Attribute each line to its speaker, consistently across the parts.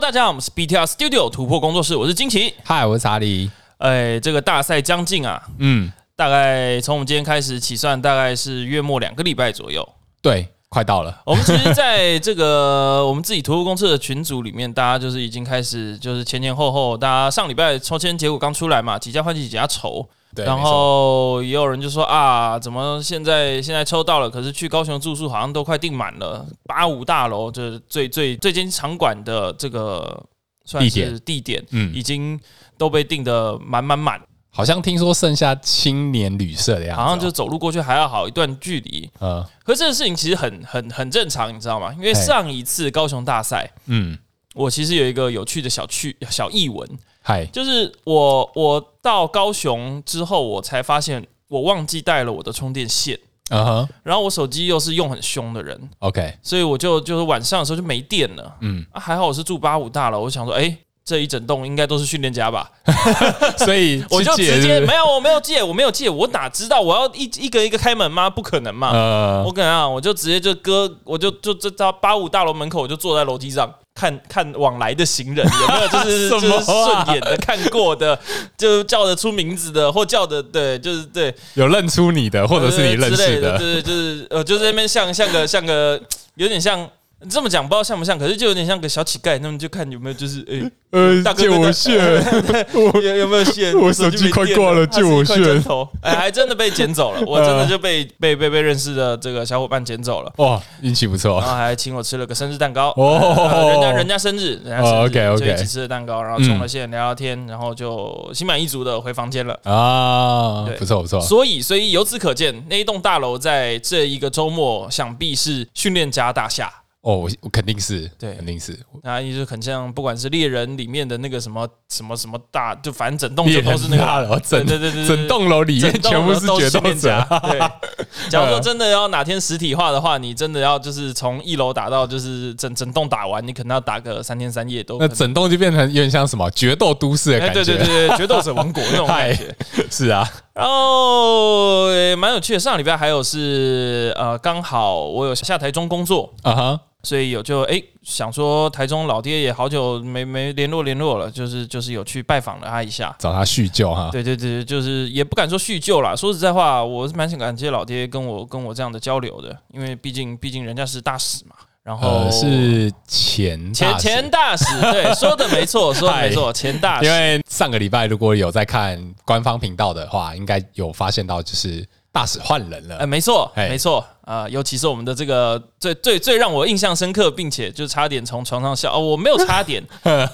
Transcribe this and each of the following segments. Speaker 1: 大家好，我们是 BTR Studio 突破工作室，我是金奇。
Speaker 2: 嗨，我是查理。
Speaker 1: 哎，这个大赛将近啊，
Speaker 2: 嗯，
Speaker 1: 大概从我们今天开始起算，大概是月末两个礼拜左 右。
Speaker 2: 对，快到了。
Speaker 1: 我们其实在这个 我们自己徒步公测的群组里面，大家就是已经开始，就是前前后后，大家上礼拜抽签结果刚出来嘛，几家欢喜几家愁，
Speaker 2: 对，
Speaker 1: 然
Speaker 2: 没错
Speaker 1: 后也有人就说啊，怎么现在现在抽到了，可是去高雄住宿好像都快订满了，八五大楼这最最最间场馆的这个算
Speaker 2: 地
Speaker 1: 是
Speaker 2: 点
Speaker 1: 地点，
Speaker 2: 嗯，
Speaker 1: 已经都被订的满满满，
Speaker 2: 好像听说剩下青年旅社的样子哦，
Speaker 1: 好像就走路过去还要好一段距离。
Speaker 2: 呃，
Speaker 1: 可是这个事情其实很很很正常，你知道吗？因为
Speaker 2: 嘿
Speaker 1: 上一次高雄大赛。
Speaker 2: 嗯，
Speaker 1: 我其实有一个有趣的小趣小译文，
Speaker 2: 嗨，
Speaker 1: 就是我我到高雄之后，我才发现我忘记带了我的充电线，
Speaker 2: 嗯哼
Speaker 1: 然后我手机又是用很凶的人，
Speaker 2: ，OK，
Speaker 1: 所以我就就是晚上的时候就没电了。
Speaker 2: 嗯，
Speaker 1: 啊、还好我是住八五大楼，我想说，哎、这一整栋应该都是训练家吧？
Speaker 2: 所以
Speaker 1: 我就
Speaker 2: 去借
Speaker 1: 直接
Speaker 2: 是不是
Speaker 1: 没有，我没有借，我没有借，我哪知道我要一一个一个开门吗？不可能嘛！
Speaker 2: 呃
Speaker 1: 我跟你讲，我就直接就搁，我就就这到八五大楼门口，我就坐在楼梯上看看往来的行人有没有，就是
Speaker 2: 什
Speaker 1: 就
Speaker 2: 么啊
Speaker 1: 是顺眼的看过的，就叫得出名字的，或叫的对，就是对，
Speaker 2: 有认出你的，或者是你
Speaker 1: 呃
Speaker 2: 认
Speaker 1: 之类
Speaker 2: 识
Speaker 1: 的，
Speaker 2: 的，
Speaker 1: 就是就是呃，就在那边像像个像个有点像。这么讲不知道像不像，可是就有点像个小乞丐，那么就看有没有就是哎诶、
Speaker 2: 呃
Speaker 1: 大，哥
Speaker 2: 借 我线，我
Speaker 1: 有有没有线？
Speaker 2: 我手机快挂了
Speaker 1: 手机没电它是一块
Speaker 2: 借我啊线
Speaker 1: 砖头哎、还真的被捡走了， 我真的就被被被被认识的这个小伙伴捡走了。
Speaker 2: 哇，运气不错
Speaker 1: 然，后还请我吃了个生日蛋糕。
Speaker 2: 哦
Speaker 1: 呃人家人家生日，人家生日
Speaker 2: 哦，OK，OK 嗯
Speaker 1: 就一起吃了蛋糕，然后充了线聊聊天，然后就心满意足的回房间了。
Speaker 2: 啊
Speaker 1: 对，
Speaker 2: 不错不错，
Speaker 1: 所以，所以由此可见，那一栋大楼在这一个周末，想必是训练家大厦。
Speaker 2: 哦，我我肯定是，
Speaker 1: 对
Speaker 2: 肯定是，
Speaker 1: 那也就是很像，不管是猎人里面的那个什么什么什么大，就反正整栋
Speaker 2: 猎
Speaker 1: 就
Speaker 2: 人
Speaker 1: 都是那
Speaker 2: 大
Speaker 1: 个，
Speaker 2: 楼，整
Speaker 1: 对对对对
Speaker 2: 整栋楼里面
Speaker 1: 整栋
Speaker 2: 全部
Speaker 1: 楼
Speaker 2: 是
Speaker 1: 都
Speaker 2: 决
Speaker 1: 训
Speaker 2: 斗
Speaker 1: 练
Speaker 2: 者嗯
Speaker 1: 家。 对，假如说真的要哪天实体化的话，你真的要就是从一楼打到就是整整栋打完，你可能要打个三天三夜都可
Speaker 2: 那
Speaker 1: 能。
Speaker 2: 整栋就变成有点像什么决斗都市的
Speaker 1: 哎，
Speaker 2: 感
Speaker 1: 对
Speaker 2: 觉，
Speaker 1: 对对对，决斗者王国那种感觉。
Speaker 2: 是啊，
Speaker 1: 然后呃蛮有趣的，上礼拜还有是呃，刚好我有下台中工作，
Speaker 2: 啊哈，
Speaker 1: 所以有就哎想说台中老爹也好久没没联络联络了，就是就是有去拜访了他一下。
Speaker 2: 找他叙旧哈，
Speaker 1: 对对对，就是也不敢说叙旧啦。说实在话，我是蛮想感谢老爹跟我跟我这样的交流的，因为毕竟毕竟人家是大使嘛。然后、
Speaker 2: 呃，是前
Speaker 1: 哦前
Speaker 2: 大使
Speaker 1: 前，大使，对，说的没错，说的没错，前大使
Speaker 2: 因。为上个礼拜如果有在看官方频道的话，应该有发现到就是大使换人
Speaker 1: 呃，
Speaker 2: 了，
Speaker 1: 没错，
Speaker 2: 哎
Speaker 1: 没错，啊，尤其是我们的这个最最最让我印象深刻，并且就差点从床上笑哦，我没有差 点，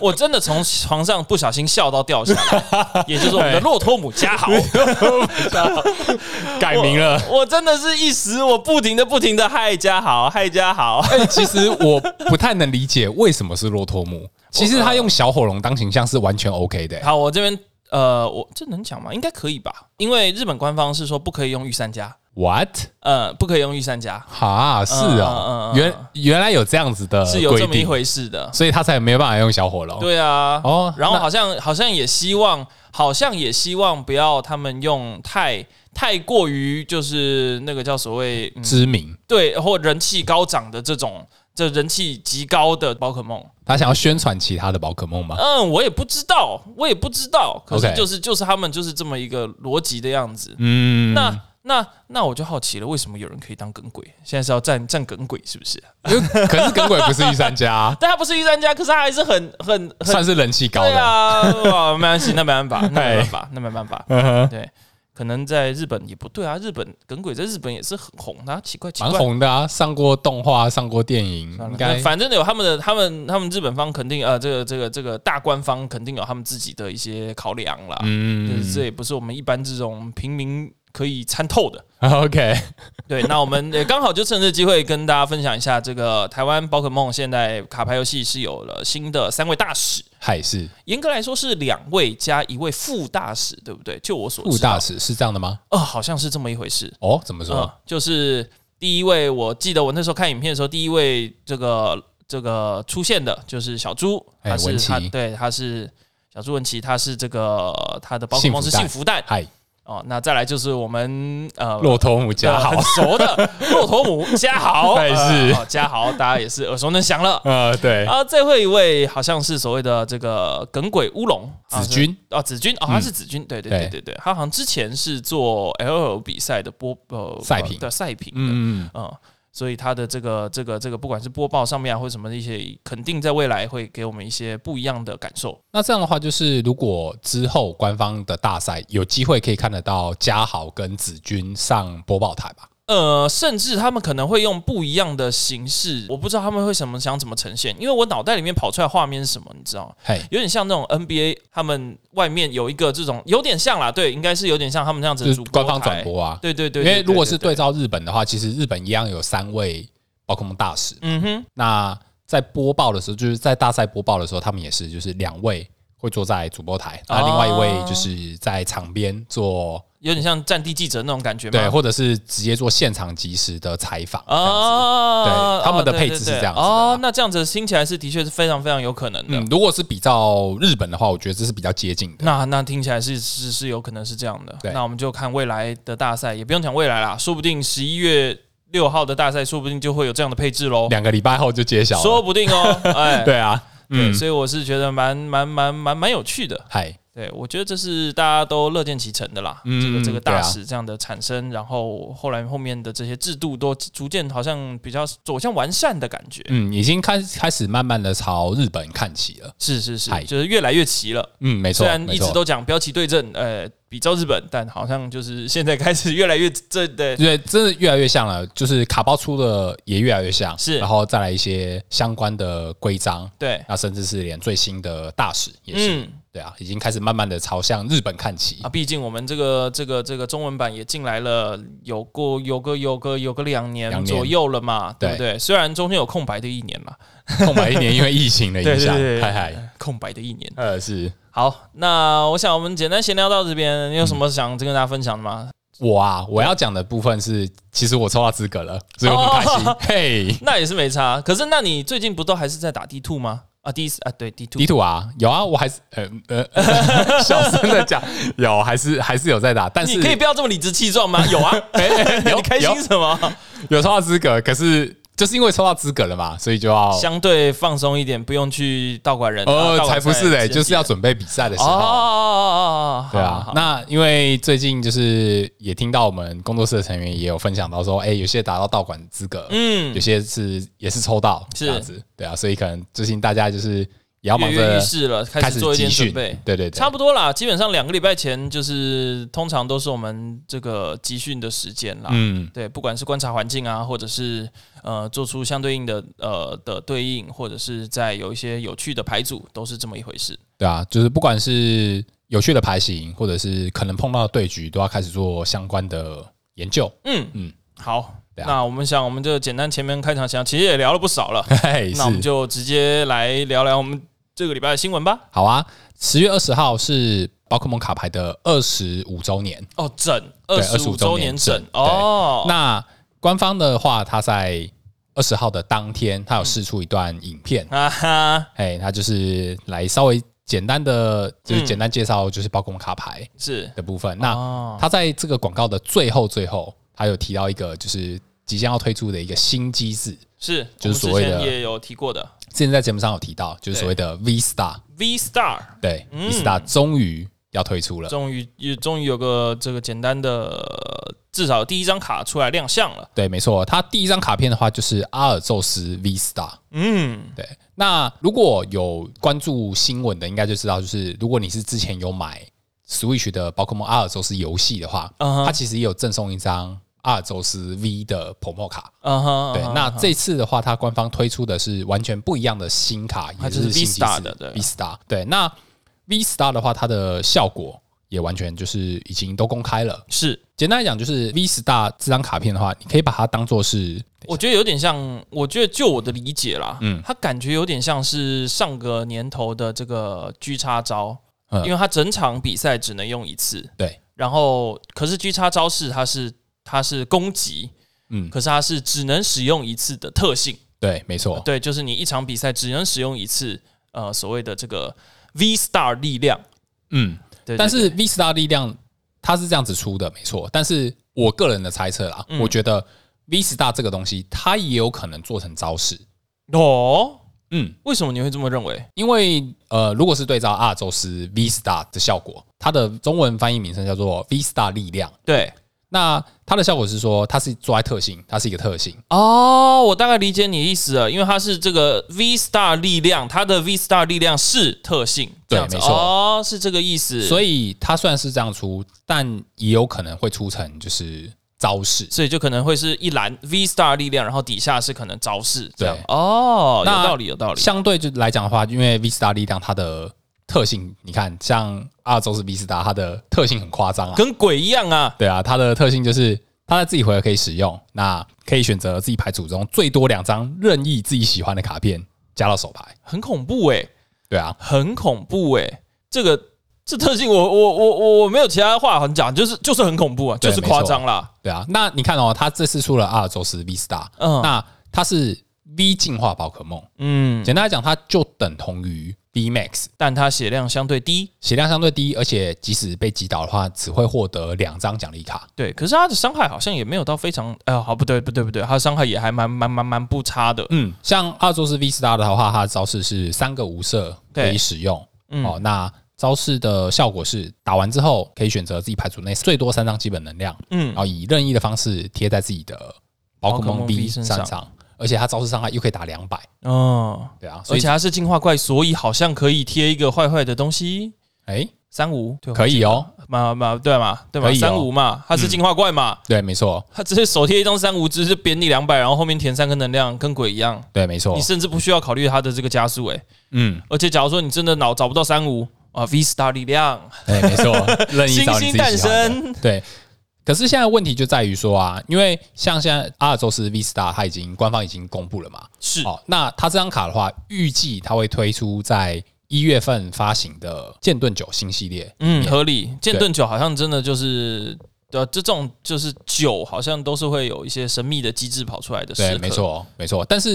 Speaker 1: 我真的从床上不小心笑到掉下 来，也就是我们的骆驼母嘉豪，
Speaker 2: 改名了。
Speaker 1: 我真的是一时我不停的不停的嗨嘉豪，嗨嘉豪，
Speaker 2: 哎，其实我不太能理解为什么是骆驼 木，其
Speaker 1: 呃
Speaker 2: 实他用小火龙当形象是完全 OK 的、
Speaker 1: 好，我这边呃，我这能讲吗？应该可以吧，因为日本官方是说不可以用御三家，
Speaker 2: What？
Speaker 1: 呃，不可以用御三家，
Speaker 2: 哈，是哦
Speaker 1: 嗯嗯嗯，嗯
Speaker 2: 原原来有这样子的
Speaker 1: 是有这
Speaker 2: 呃规
Speaker 1: 么一
Speaker 2: 定，
Speaker 1: 回事的，
Speaker 2: 所以他才没办法用小火龙。
Speaker 1: 对啊，
Speaker 2: 哦
Speaker 1: 然后
Speaker 2: 那
Speaker 1: 好像好像也希望，好像也希望不要他们用太太过于就是那个叫所谓、嗯、
Speaker 2: 知名，
Speaker 1: 对或人气高涨的这种。这人气极高的宝可梦，
Speaker 2: 他想要宣传其他的宝可梦吗？
Speaker 1: 嗯，我也不知道，我也不知道，可是
Speaker 2: OK
Speaker 1: 就是就是他们就是这么一个逻辑的样子。
Speaker 2: 嗯，
Speaker 1: 那那那我就好奇了，为什么有人可以当梗鬼？现在是要站站梗鬼是不是？
Speaker 2: 因为可是耿鬼不是御三家、啊
Speaker 1: 但他不是御三家，可是他还是很很很
Speaker 2: 算是人气高
Speaker 1: 对
Speaker 2: 的。
Speaker 1: 啊，哇，没关系，那没办法，那没
Speaker 2: 哎
Speaker 1: 办法，那没办法。
Speaker 2: 嗯哼
Speaker 1: 对，可能在日本也不对啊，日本耿鬼在日本也是很红的、啊，奇怪奇
Speaker 2: 蛮
Speaker 1: 怪。
Speaker 2: 红的啊，上过动画，上过电影，
Speaker 1: 算了
Speaker 2: 应该
Speaker 1: 反正有他们的，他们他们日本方肯定呃，这个这个这个大官方肯定有他们自己的一些考量啦。嗯，
Speaker 2: 嗯
Speaker 1: 这也不是我们一般这种平民可以参透的。
Speaker 2: ，OK，
Speaker 1: 对，那我们呃也刚好就趁这机会跟大家分享一下，这个台湾宝可梦现在卡牌游戏是有了新的三位大使，
Speaker 2: 还是
Speaker 1: 严格来说是两位加一位副大使，对不对？就我所知道，
Speaker 2: 副大使是这样的吗？
Speaker 1: 哦，好像是这么一回事。
Speaker 2: 哦，怎么
Speaker 1: 嗯
Speaker 2: 说？，
Speaker 1: 就是第一位，我记得我那时候看影片的时候，第一位这个这个出现的就是小猪，
Speaker 2: 哎
Speaker 1: 他是
Speaker 2: 文琪
Speaker 1: 他对他是小猪文琪，他是这个他的宝可梦是
Speaker 2: 幸
Speaker 1: 幸
Speaker 2: 福
Speaker 1: 福蛋，
Speaker 2: 嗨，
Speaker 1: 哦，那再来就是我们呃
Speaker 2: 骆驼母家
Speaker 1: 呃
Speaker 2: 好
Speaker 1: 很，熟的 骆驼母嘉豪，
Speaker 2: 哎是
Speaker 1: 呃哦嘉豪，大家也是耳熟能详 了。
Speaker 2: 呃，对，
Speaker 1: 啊，最后一位好像是所谓的这个耿鬼乌龙
Speaker 2: 子君
Speaker 1: 啊，是
Speaker 2: 嗯
Speaker 1: 哦子君哦，他是子君，对对对
Speaker 2: 对
Speaker 1: 对对，他好像之前是做 L L 比赛的播呃
Speaker 2: 赛评
Speaker 1: 的赛评的，
Speaker 2: 嗯，
Speaker 1: 嗯，所以他的这个这个这个，不管是播报上面啊，或者什么的一些，肯定在未来会给我们一些不一样的感受。
Speaker 2: 那这样的话，就是如果之后官方的大赛有机会可以看得到嘉豪跟子君上播报台吧？
Speaker 1: 呃，甚至他们可能会用不一样的形式，我不知道他们会什么想怎么呈现，因为我脑袋里面跑出来画面是什么，你知道吗？
Speaker 2: 嘿，
Speaker 1: 有点像那种 NBA，他们外面有一个这种，有点像啦，对，应该是有点像他们这样子
Speaker 2: 就
Speaker 1: 的
Speaker 2: 是
Speaker 1: 主播
Speaker 2: 官方
Speaker 1: 台
Speaker 2: 转，播啊。
Speaker 1: 对对对
Speaker 2: 因为如果是，
Speaker 1: 对
Speaker 2: 对照日本的话，其实日本一样有三位宝可梦大使。
Speaker 1: 嗯哼，
Speaker 2: 那在播报的时候，就是在大赛播报的时候，他们也是就是两位会坐在主播台，那另外一位
Speaker 1: 哦
Speaker 2: 就是在场边做
Speaker 1: 有点像战地记者那种感觉吗？哦
Speaker 2: 对，或者是直接做现场即时的采访这样子。
Speaker 1: 啊
Speaker 2: 对他们的配置是这样子的啦
Speaker 1: 哦，那这样子听起来是的确是非常非常有可能的。
Speaker 2: 嗯，如果是比照日本的话，我觉得这是比较接近的。
Speaker 1: 那那听起来是是是有可能是这样的。
Speaker 2: 对
Speaker 1: 那我们就看未来的大赛，也不用讲未来啦，说不定十一月六号的大赛，说不定就会有这样的配置喽。
Speaker 2: 两个礼拜后就揭晓
Speaker 1: 说
Speaker 2: 了。
Speaker 1: 不定 哦，哎，
Speaker 2: 对啊，
Speaker 1: 对，
Speaker 2: 嗯，
Speaker 1: 所以我是觉得蛮蛮蛮蛮蛮有趣的。
Speaker 2: 嗨，
Speaker 1: 对，我觉得这是大家都乐见其成的啦。
Speaker 2: 嗯
Speaker 1: 这个这个
Speaker 2: 对
Speaker 1: 大
Speaker 2: 啊
Speaker 1: 使这样的产生，然后后来后面的这些制度都逐渐好像比较走向完善的感觉。
Speaker 2: 嗯，已经开开始慢慢的朝日本看齐了。
Speaker 1: 是是是
Speaker 2: 嗨，
Speaker 1: 就是越来越齐了。
Speaker 2: 嗯，没错
Speaker 1: 虽然，
Speaker 2: 没
Speaker 1: 一直
Speaker 2: 错。
Speaker 1: 都讲标旗对阵，呃，比较日本，但好像就是现在开始越来越这对
Speaker 2: 对，真的越来越像了，就是卡包出的也越来越像，
Speaker 1: 是
Speaker 2: 然后再来一些相关的规章，
Speaker 1: 对，
Speaker 2: 那甚至是连最新的大使也是，
Speaker 1: 嗯
Speaker 2: 对啊，已经开始慢慢的朝向日本看齐
Speaker 1: 啊，，毕竟我们这个这个这个中文版也进来了，有过有个有个有个两年
Speaker 2: 两年
Speaker 1: 左右了嘛，对
Speaker 2: 对
Speaker 1: 不对？虽然中间有空白的一年啦，
Speaker 2: 空白一年因为疫情的 影响，嗨嗨，
Speaker 1: 空白的一年。
Speaker 2: 呃是
Speaker 1: 好，那我想我们简单闲聊到这边，你有什么想跟大家分享的吗？
Speaker 2: 我啊，我要讲的部分是，其实我抽到资格了，所以我很开心，
Speaker 1: 哦
Speaker 2: 嘿。
Speaker 1: 那也是没差，啊可是那你最近不都还是在打 D two 吗？啊，D 啊，对 D two，
Speaker 2: 地图啊，有啊，我还是呃呃， 小声的讲，有还是还是有在打，但是
Speaker 1: 你 可以不要这么理直气壮吗？有啊，
Speaker 2: 哎哎 有
Speaker 1: 你开心
Speaker 2: 有
Speaker 1: 什么？
Speaker 2: 有抽到资格，可是就是因为抽到资格了嘛，所以就要
Speaker 1: 相对放松一点，不用去道馆人。啊
Speaker 2: 哦，
Speaker 1: 道馆
Speaker 2: 才不是嘞，
Speaker 1: 人
Speaker 2: 就是要准备比赛的时
Speaker 1: 啊哦哦
Speaker 2: 候。
Speaker 1: 哦哦哦，
Speaker 2: 对
Speaker 1: 好
Speaker 2: 啊
Speaker 1: 好，好
Speaker 2: 那因为最近就是也听到我们工作室的成员也有分享到说，哎，有些达到道馆资格，
Speaker 1: 嗯
Speaker 2: 有，些是也是抽到
Speaker 1: 是
Speaker 2: 这样子，对啊，所以可能最近大家就是也要忙
Speaker 1: 跃跃欲
Speaker 2: 着
Speaker 1: 试了，开
Speaker 2: 开
Speaker 1: 始
Speaker 2: 始
Speaker 1: 做一点
Speaker 2: 集
Speaker 1: 准
Speaker 2: 训，
Speaker 1: 备
Speaker 2: 对。对对
Speaker 1: 差，不多啦，基本上两个礼拜前就是通常都是我们这个集训的时间啦。
Speaker 2: 嗯，
Speaker 1: 对，不管是观察环境啊，或者是呃做出相对应的呃的对应，或者是在有一些有趣的牌组，都是这么一回事。
Speaker 2: 对啊，就是不管是有趣的牌型，或者是可能碰到的对局，都要开始做相关的研究，
Speaker 1: 嗯嗯
Speaker 2: 嗯，
Speaker 1: 好，
Speaker 2: 对啊
Speaker 1: 那我们想，我们就简单前面开场想，其实也聊了不少了。
Speaker 2: 嘿，
Speaker 1: 嗯那我们
Speaker 2: 是
Speaker 1: 就直接来聊聊我们这个礼拜的新闻吧。
Speaker 2: 好啊。十月二十号是宝可梦卡牌的二十五周年，
Speaker 1: 哦，整
Speaker 2: 对
Speaker 1: 二十五
Speaker 2: 25周
Speaker 1: 周
Speaker 2: 年
Speaker 1: 年整
Speaker 2: 整
Speaker 1: 哦，
Speaker 2: 那官方的话，它在二十号的当天，它有试出一段影片，
Speaker 1: 啊哈，
Speaker 2: 哎、它就是来稍微简单的，就是
Speaker 1: 嗯
Speaker 2: 简单介绍就是包括卡牌
Speaker 1: 是
Speaker 2: 的部分。那
Speaker 1: 哦，
Speaker 2: 它在这个广告的最后最后，它有提到一个就是即将要推出的一个新机制，
Speaker 1: 是
Speaker 2: 就是
Speaker 1: 我们
Speaker 2: 所谓
Speaker 1: 之
Speaker 2: 的
Speaker 1: 前也有提过的
Speaker 2: 之前在节目上有提到，就是
Speaker 1: 对
Speaker 2: 所谓的 V Star，
Speaker 1: V Star，
Speaker 2: 对、
Speaker 1: 嗯
Speaker 2: v Star 终于要推出了。
Speaker 1: 终于也终于有个这个简单的，至少第一张卡出来亮相了。
Speaker 2: 对，没错，它第一张卡片的话就是阿尔宙斯 V Star。
Speaker 1: 嗯，
Speaker 2: 对，那如果有关注新闻的，应该就知道，就是如果你是之前有买 Switch 的宝可梦阿尔宙斯游戏的话，
Speaker 1: 嗯哼
Speaker 2: 它其实也有赠送一张阿尔宙斯 V 的 promo 卡。
Speaker 1: 嗯哼，
Speaker 2: 对
Speaker 1: 嗯，哼
Speaker 2: 那
Speaker 1: 嗯哼
Speaker 2: 这次的话，它官方推出的是完全不一样的新卡，
Speaker 1: 它
Speaker 2: 也
Speaker 1: 就是
Speaker 2: 新
Speaker 1: V-Star 的对
Speaker 2: V Star。对，那 V Star 的话，它的效果也完全就是已经都公开了。
Speaker 1: 是
Speaker 2: 简单来讲，就是 V Star 这张卡片的话，你可以把它当做是
Speaker 1: 我觉得有点像，我觉得就我的理解啦，嗯
Speaker 2: 嗯，
Speaker 1: 它感觉有点像是上个年头的这个 G 叉招，
Speaker 2: 嗯
Speaker 1: 因为它整场比赛只能用一次，
Speaker 2: 对，
Speaker 1: 然后可是 G 叉招式它是它是攻击，
Speaker 2: 嗯，
Speaker 1: 可是它是只能使用一次的特性，
Speaker 2: 对，没错，
Speaker 1: 对，就是你一场比赛只能使用一次，呃，所谓的这个 V Star 力量，
Speaker 2: 嗯。
Speaker 1: 对，
Speaker 2: 但
Speaker 1: 对
Speaker 2: 是 V Star 力量它是这样子出的，没错。但是我个人的猜测啦，
Speaker 1: 嗯
Speaker 2: 我觉得 V Star 这个东西，它也有可能做成招式。
Speaker 1: 哦，
Speaker 2: 嗯，
Speaker 1: 为什么你会这么认为？
Speaker 2: 因为呃，如果是对照阿尔宙斯 V Star 的效果，它的中文翻译名称叫做 V Star 力量。
Speaker 1: 对，
Speaker 2: 那它的效果是说，它是抓在特性，它是一个特性。
Speaker 1: 哦，我大概理解你的意思了，因为它是这个 V Star 力量，它的 V Star 力量是特性，这
Speaker 2: 对
Speaker 1: 样子
Speaker 2: 没错
Speaker 1: 哦，是这个意思。
Speaker 2: 所
Speaker 1: 以，
Speaker 2: 以它虽然是这样出，但也有可能会出成就是招式。
Speaker 1: 所以就可能会是一栏 V Star 力量，然后底下是可能招式这样
Speaker 2: 对。
Speaker 1: 哦，有
Speaker 2: 那
Speaker 1: 道理，有道理。
Speaker 2: 相对就来讲的话，因为 V Star 力量它的特性，你看像阿尔宙斯 V Star，它的特性很夸张啊。
Speaker 1: 跟鬼一样啊！
Speaker 2: 对啊，它的特性就是它在自己回合可以使用，那可以选择自己牌组中最多两张任意自己喜欢的卡片加到手牌。
Speaker 1: 很恐怖诶、
Speaker 2: 对啊，
Speaker 1: 很恐怖诶、这个这特性我，我我我我没有其他话好讲，就是就是很恐怖啊，
Speaker 2: 对
Speaker 1: 就是夸张啦。
Speaker 2: 对啊。那你看哦，它这次出了阿尔宙斯 V Star，、
Speaker 1: 嗯
Speaker 2: 那它是 V 进化宝可梦，
Speaker 1: 嗯，
Speaker 2: 简单来讲，它就等同于 V Max，
Speaker 1: 但它血量相对低，
Speaker 2: 血量相对低，而且即使被击倒的话，只会获得两张奖励卡。
Speaker 1: 对，可是它的伤害好像也没有到非常，哎、好不对不对不对，它的伤害也还蛮蛮蛮蛮不差的。
Speaker 2: 嗯，像阿尔宙斯 V Star 的话，它的招式是三个无色可以使用。
Speaker 1: 嗯
Speaker 2: 哦，那招式的效果是打完之后可以选择自己牌组内最多三张基本能量，
Speaker 1: 嗯
Speaker 2: 然，后以任意的方式贴在自己的宝可
Speaker 1: 宝可
Speaker 2: 梦
Speaker 1: 梦
Speaker 2: V
Speaker 1: V
Speaker 2: 身
Speaker 1: 身
Speaker 2: 上，而且它招式伤害又可以打两百。
Speaker 1: 哦，
Speaker 2: 对啊，所
Speaker 1: 而
Speaker 2: 以
Speaker 1: 且它是进化怪，所以好像可以贴一个坏坏的东西，
Speaker 2: 哎、
Speaker 1: 三无对
Speaker 2: 可以哦，
Speaker 1: 嘛嘛对嘛对嘛、
Speaker 2: 可以哦
Speaker 1: 三无嘛，它是进化怪嘛，
Speaker 2: 对，没错，
Speaker 1: 它只是手贴一张三无知，就扁你两百，然后后面填三根能量，跟鬼一样。
Speaker 2: 对，没错
Speaker 1: 你，甚至不需要考虑它的这个加速、欸，
Speaker 2: 嗯，
Speaker 1: 而且假如说你真的脑找不到三无啊，V Star 力量，
Speaker 2: 对，哎 没错，任意
Speaker 1: 星
Speaker 2: 找你
Speaker 1: 星
Speaker 2: 自己
Speaker 1: 诞
Speaker 2: 喜欢的。
Speaker 1: 生，
Speaker 2: 对。可是现在问题就在于说啊，因为像现在阿尔宙斯 V Star 它已经官方已经公布了嘛，
Speaker 1: 是
Speaker 2: 好，那它这张卡的话，预计它会推出在一月份发行的剑盾九新系列。
Speaker 1: 嗯，合理。剑盾酒好像真的就是。呃，这种就是酒，好像都是会有一些神秘的机制跑出来的。
Speaker 2: 对，没。错，没错。但是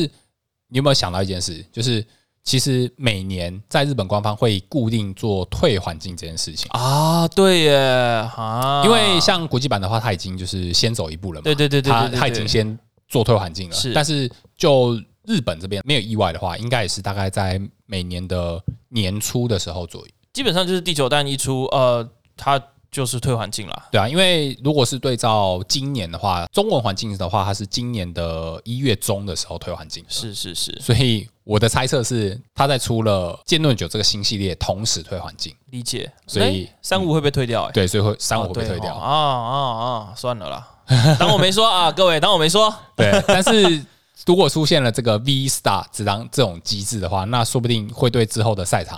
Speaker 2: 你有没有想到一件事，就是其实每年在日本官方会固定做退环境这件事情，
Speaker 1: 啊，对耶，啊，
Speaker 2: 因为像国际版的话，它已经就是先走一步了嘛，
Speaker 1: 对对对对
Speaker 2: 它
Speaker 1: 对，对
Speaker 2: 它已经先做退环境了。
Speaker 1: 是
Speaker 2: 但是就日本这边没有意外的话，应该也是大概在每年的年初的时候左右。
Speaker 1: 基本上就是第九弹一出，呃，它就是退环境啦。
Speaker 2: 对啊，因为如果是对照今年的话，中文环境的话，它是今年的一月中的时候退环境的，
Speaker 1: 是是是，
Speaker 2: 所以我的猜测是，它在出了剑盾九这个新系列，同时退环境，
Speaker 1: 理解。
Speaker 2: 所以嗯
Speaker 1: 哎三无会被退掉，哎，
Speaker 2: 对，所以会三
Speaker 1: 哦
Speaker 2: 五会被
Speaker 1: 对
Speaker 2: 退掉，
Speaker 1: 哦啊啊啊！算了啦， 当我没说啊，各位，当我没说。
Speaker 2: 对。 但是如果出现了这个 V Star 这张这种机制的话，那说不定会对之后的赛场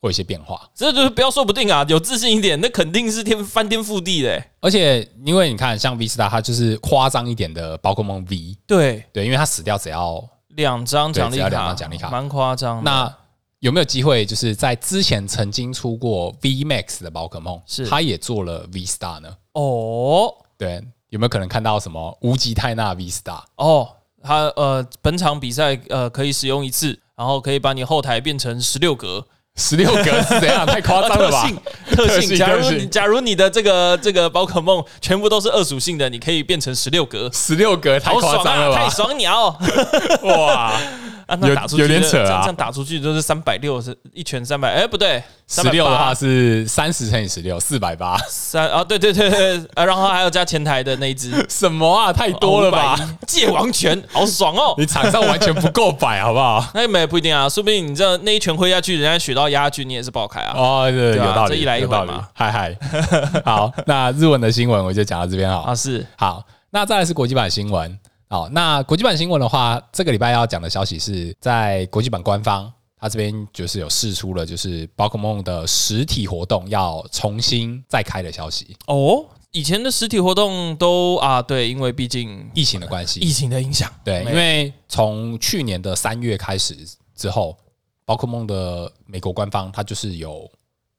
Speaker 2: 会有一些变化。
Speaker 1: 这就是不要说不定啊，有自信一点，那肯定是天翻天覆地的、欸。
Speaker 2: 而且因为你看，像 V Star 它就是夸张一点的宝可梦 V，
Speaker 1: 对，
Speaker 2: 对，因为它死掉只要
Speaker 1: 两张奖励
Speaker 2: 对只要
Speaker 1: 卡，
Speaker 2: 两张奖励卡
Speaker 1: 蛮夸张的。
Speaker 2: 那有没有机会，就是在之前曾经出过 V Max 的宝可梦，
Speaker 1: 是
Speaker 2: 他也做了 V Star 呢？
Speaker 1: 哦
Speaker 2: 对，有没有可能看到什么无极泰纳 V Star？
Speaker 1: 哦，他呃，本场比赛呃可以使用一次，然后可以把你后台变成十六格。
Speaker 2: 十六格是怎样？太夸张了
Speaker 1: 特
Speaker 2: 吧
Speaker 1: 性！， 特
Speaker 2: 特
Speaker 1: 性。
Speaker 2: 性
Speaker 1: 假如
Speaker 2: 特性
Speaker 1: 你假如你的这个这个宝可梦全部都是二属性的，你可以变成十六格，
Speaker 2: 十六格太
Speaker 1: 好
Speaker 2: 夸
Speaker 1: 爽
Speaker 2: 张了
Speaker 1: 啊！太
Speaker 2: 吧！
Speaker 1: 爽鸟 啊！
Speaker 2: 哇，
Speaker 1: 那
Speaker 2: 有
Speaker 1: 打出去
Speaker 2: 有点
Speaker 1: 就
Speaker 2: 扯啊
Speaker 1: 这样这样打出去就是三百六，是一拳三百。哎，不对，
Speaker 2: 十六的话
Speaker 1: 380
Speaker 2: 是三十乘以十六，四百八。
Speaker 1: 三啊，对对对对，啊，然后还有加前台的那 一只，
Speaker 2: 什么啊？太多了吧！
Speaker 1: 510？界王拳好爽哦！
Speaker 2: 你场上完全不够摆，好不好？
Speaker 1: 那也没有不一定啊，说不定你这那一拳挥下去，人家血到压下去，你也是爆开啊。
Speaker 2: 哦，对，
Speaker 1: 对
Speaker 2: 有
Speaker 1: 啊
Speaker 2: 道
Speaker 1: 这
Speaker 2: 理，
Speaker 1: 一来一
Speaker 2: 有
Speaker 1: 回
Speaker 2: 道理
Speaker 1: 嘛。
Speaker 2: 嗨嗨，好，那日文的新闻我就讲到这边好了
Speaker 1: 啊是，
Speaker 2: 好，那再来是国际版新闻。好，那国际版新闻的话，这个礼拜要讲的消息是在国际版官方，它这边就是有释出了，就是宝可梦的实体活动要重新再开的消息，
Speaker 1: 哦，以前的实体活动都啊，对，因为毕竟
Speaker 2: 疫情的关
Speaker 1: 疫
Speaker 2: 系。
Speaker 1: 情的影响，
Speaker 2: 对，因
Speaker 1: 没
Speaker 2: 为从去年的三月开始之后，宝可梦的美国官方它就是有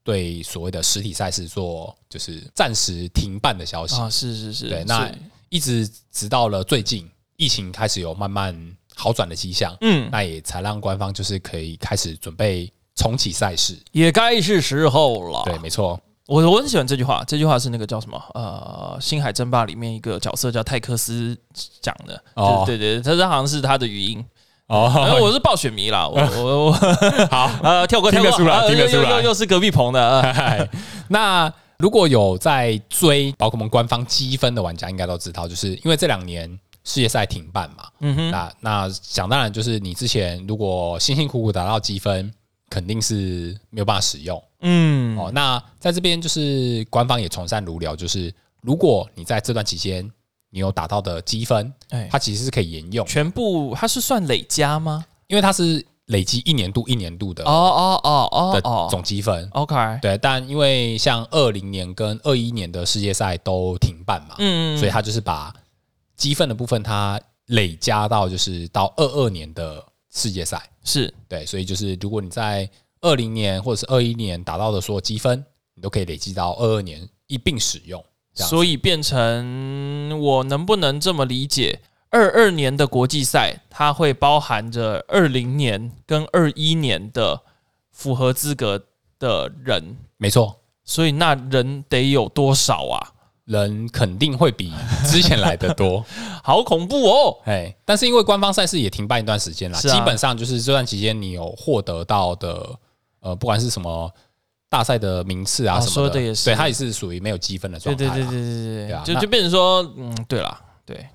Speaker 2: 对所谓的实体赛事做就是暂时停办的消息。
Speaker 1: 啊，是是是，
Speaker 2: 对，那
Speaker 1: 是
Speaker 2: 一直直到了最近疫情开始有慢慢好转的迹象，
Speaker 1: 嗯，
Speaker 2: 那也才让官方就是可以开始准备重启赛事。
Speaker 1: 也该是时候了。
Speaker 2: 对，没错。
Speaker 1: 我我很喜欢这句话，这句话是那个叫什么？呃，《星海争霸》里面一个角色叫泰克斯讲的。
Speaker 2: 哦
Speaker 1: 哦，对对，他这好像是他的语音。 反正
Speaker 2: 哦，
Speaker 1: 我是暴雪迷啦，我我 我
Speaker 2: 好，
Speaker 1: 呃跳过
Speaker 2: 听
Speaker 1: 跳
Speaker 2: 得
Speaker 1: 过，
Speaker 2: 出来
Speaker 1: 啊
Speaker 2: 听得出来
Speaker 1: 又又又是隔壁棚的。呃
Speaker 2: 嗨，那如果有在追宝可梦官方积分的玩家，应该都知道，就是因为这两年世界赛停办嘛，
Speaker 1: 嗯哼，
Speaker 2: 那那想当然就是你之前如果辛辛苦苦达到积分，肯定是没有办法使用、
Speaker 1: 嗯，
Speaker 2: 哦。那在这边就是官方也从善如流，就是如果你在这段期间你有打到的积分，
Speaker 1: 哎，
Speaker 2: 它其实是可以沿用，
Speaker 1: 全部它是算累加吗？
Speaker 2: 因为它是累积一年度一年度的
Speaker 1: 哦哦哦
Speaker 2: 的
Speaker 1: 哦哦
Speaker 2: 总积分。
Speaker 1: ，OK，
Speaker 2: 对，但因为像二零年跟二一年的世界赛都停办嘛，
Speaker 1: 嗯，
Speaker 2: 所以他就是把积分的部分它累加到就是到二二年的世界赛。
Speaker 1: 是
Speaker 2: 对，所以就是如果你在二零年或者是二一年达到的所有积分，你都可以累积到二二年一并使用。这样子
Speaker 1: 所以变成我能不能这么理解？二二年的国际赛，它会包含着二零年跟二一年的符合资格的人，
Speaker 2: 没错，
Speaker 1: 所以那人得有多少啊？
Speaker 2: 人肯定会比之前来的多。
Speaker 1: 好恐怖哦！
Speaker 2: 哎，但是因为官方赛事也停办一段时间啦，
Speaker 1: 是啊
Speaker 2: 基本上就是这段期间你有获得到的，呃，不管是什么大赛的名次啊
Speaker 1: 哦
Speaker 2: 什么
Speaker 1: 说得也是
Speaker 2: 对，它也是属于没有积分的
Speaker 1: 对
Speaker 2: 状态
Speaker 1: 对
Speaker 2: 啦。
Speaker 1: 对对对对
Speaker 2: 对啊
Speaker 1: 对，就
Speaker 2: 那
Speaker 1: 就变成说，嗯，对啦， 对，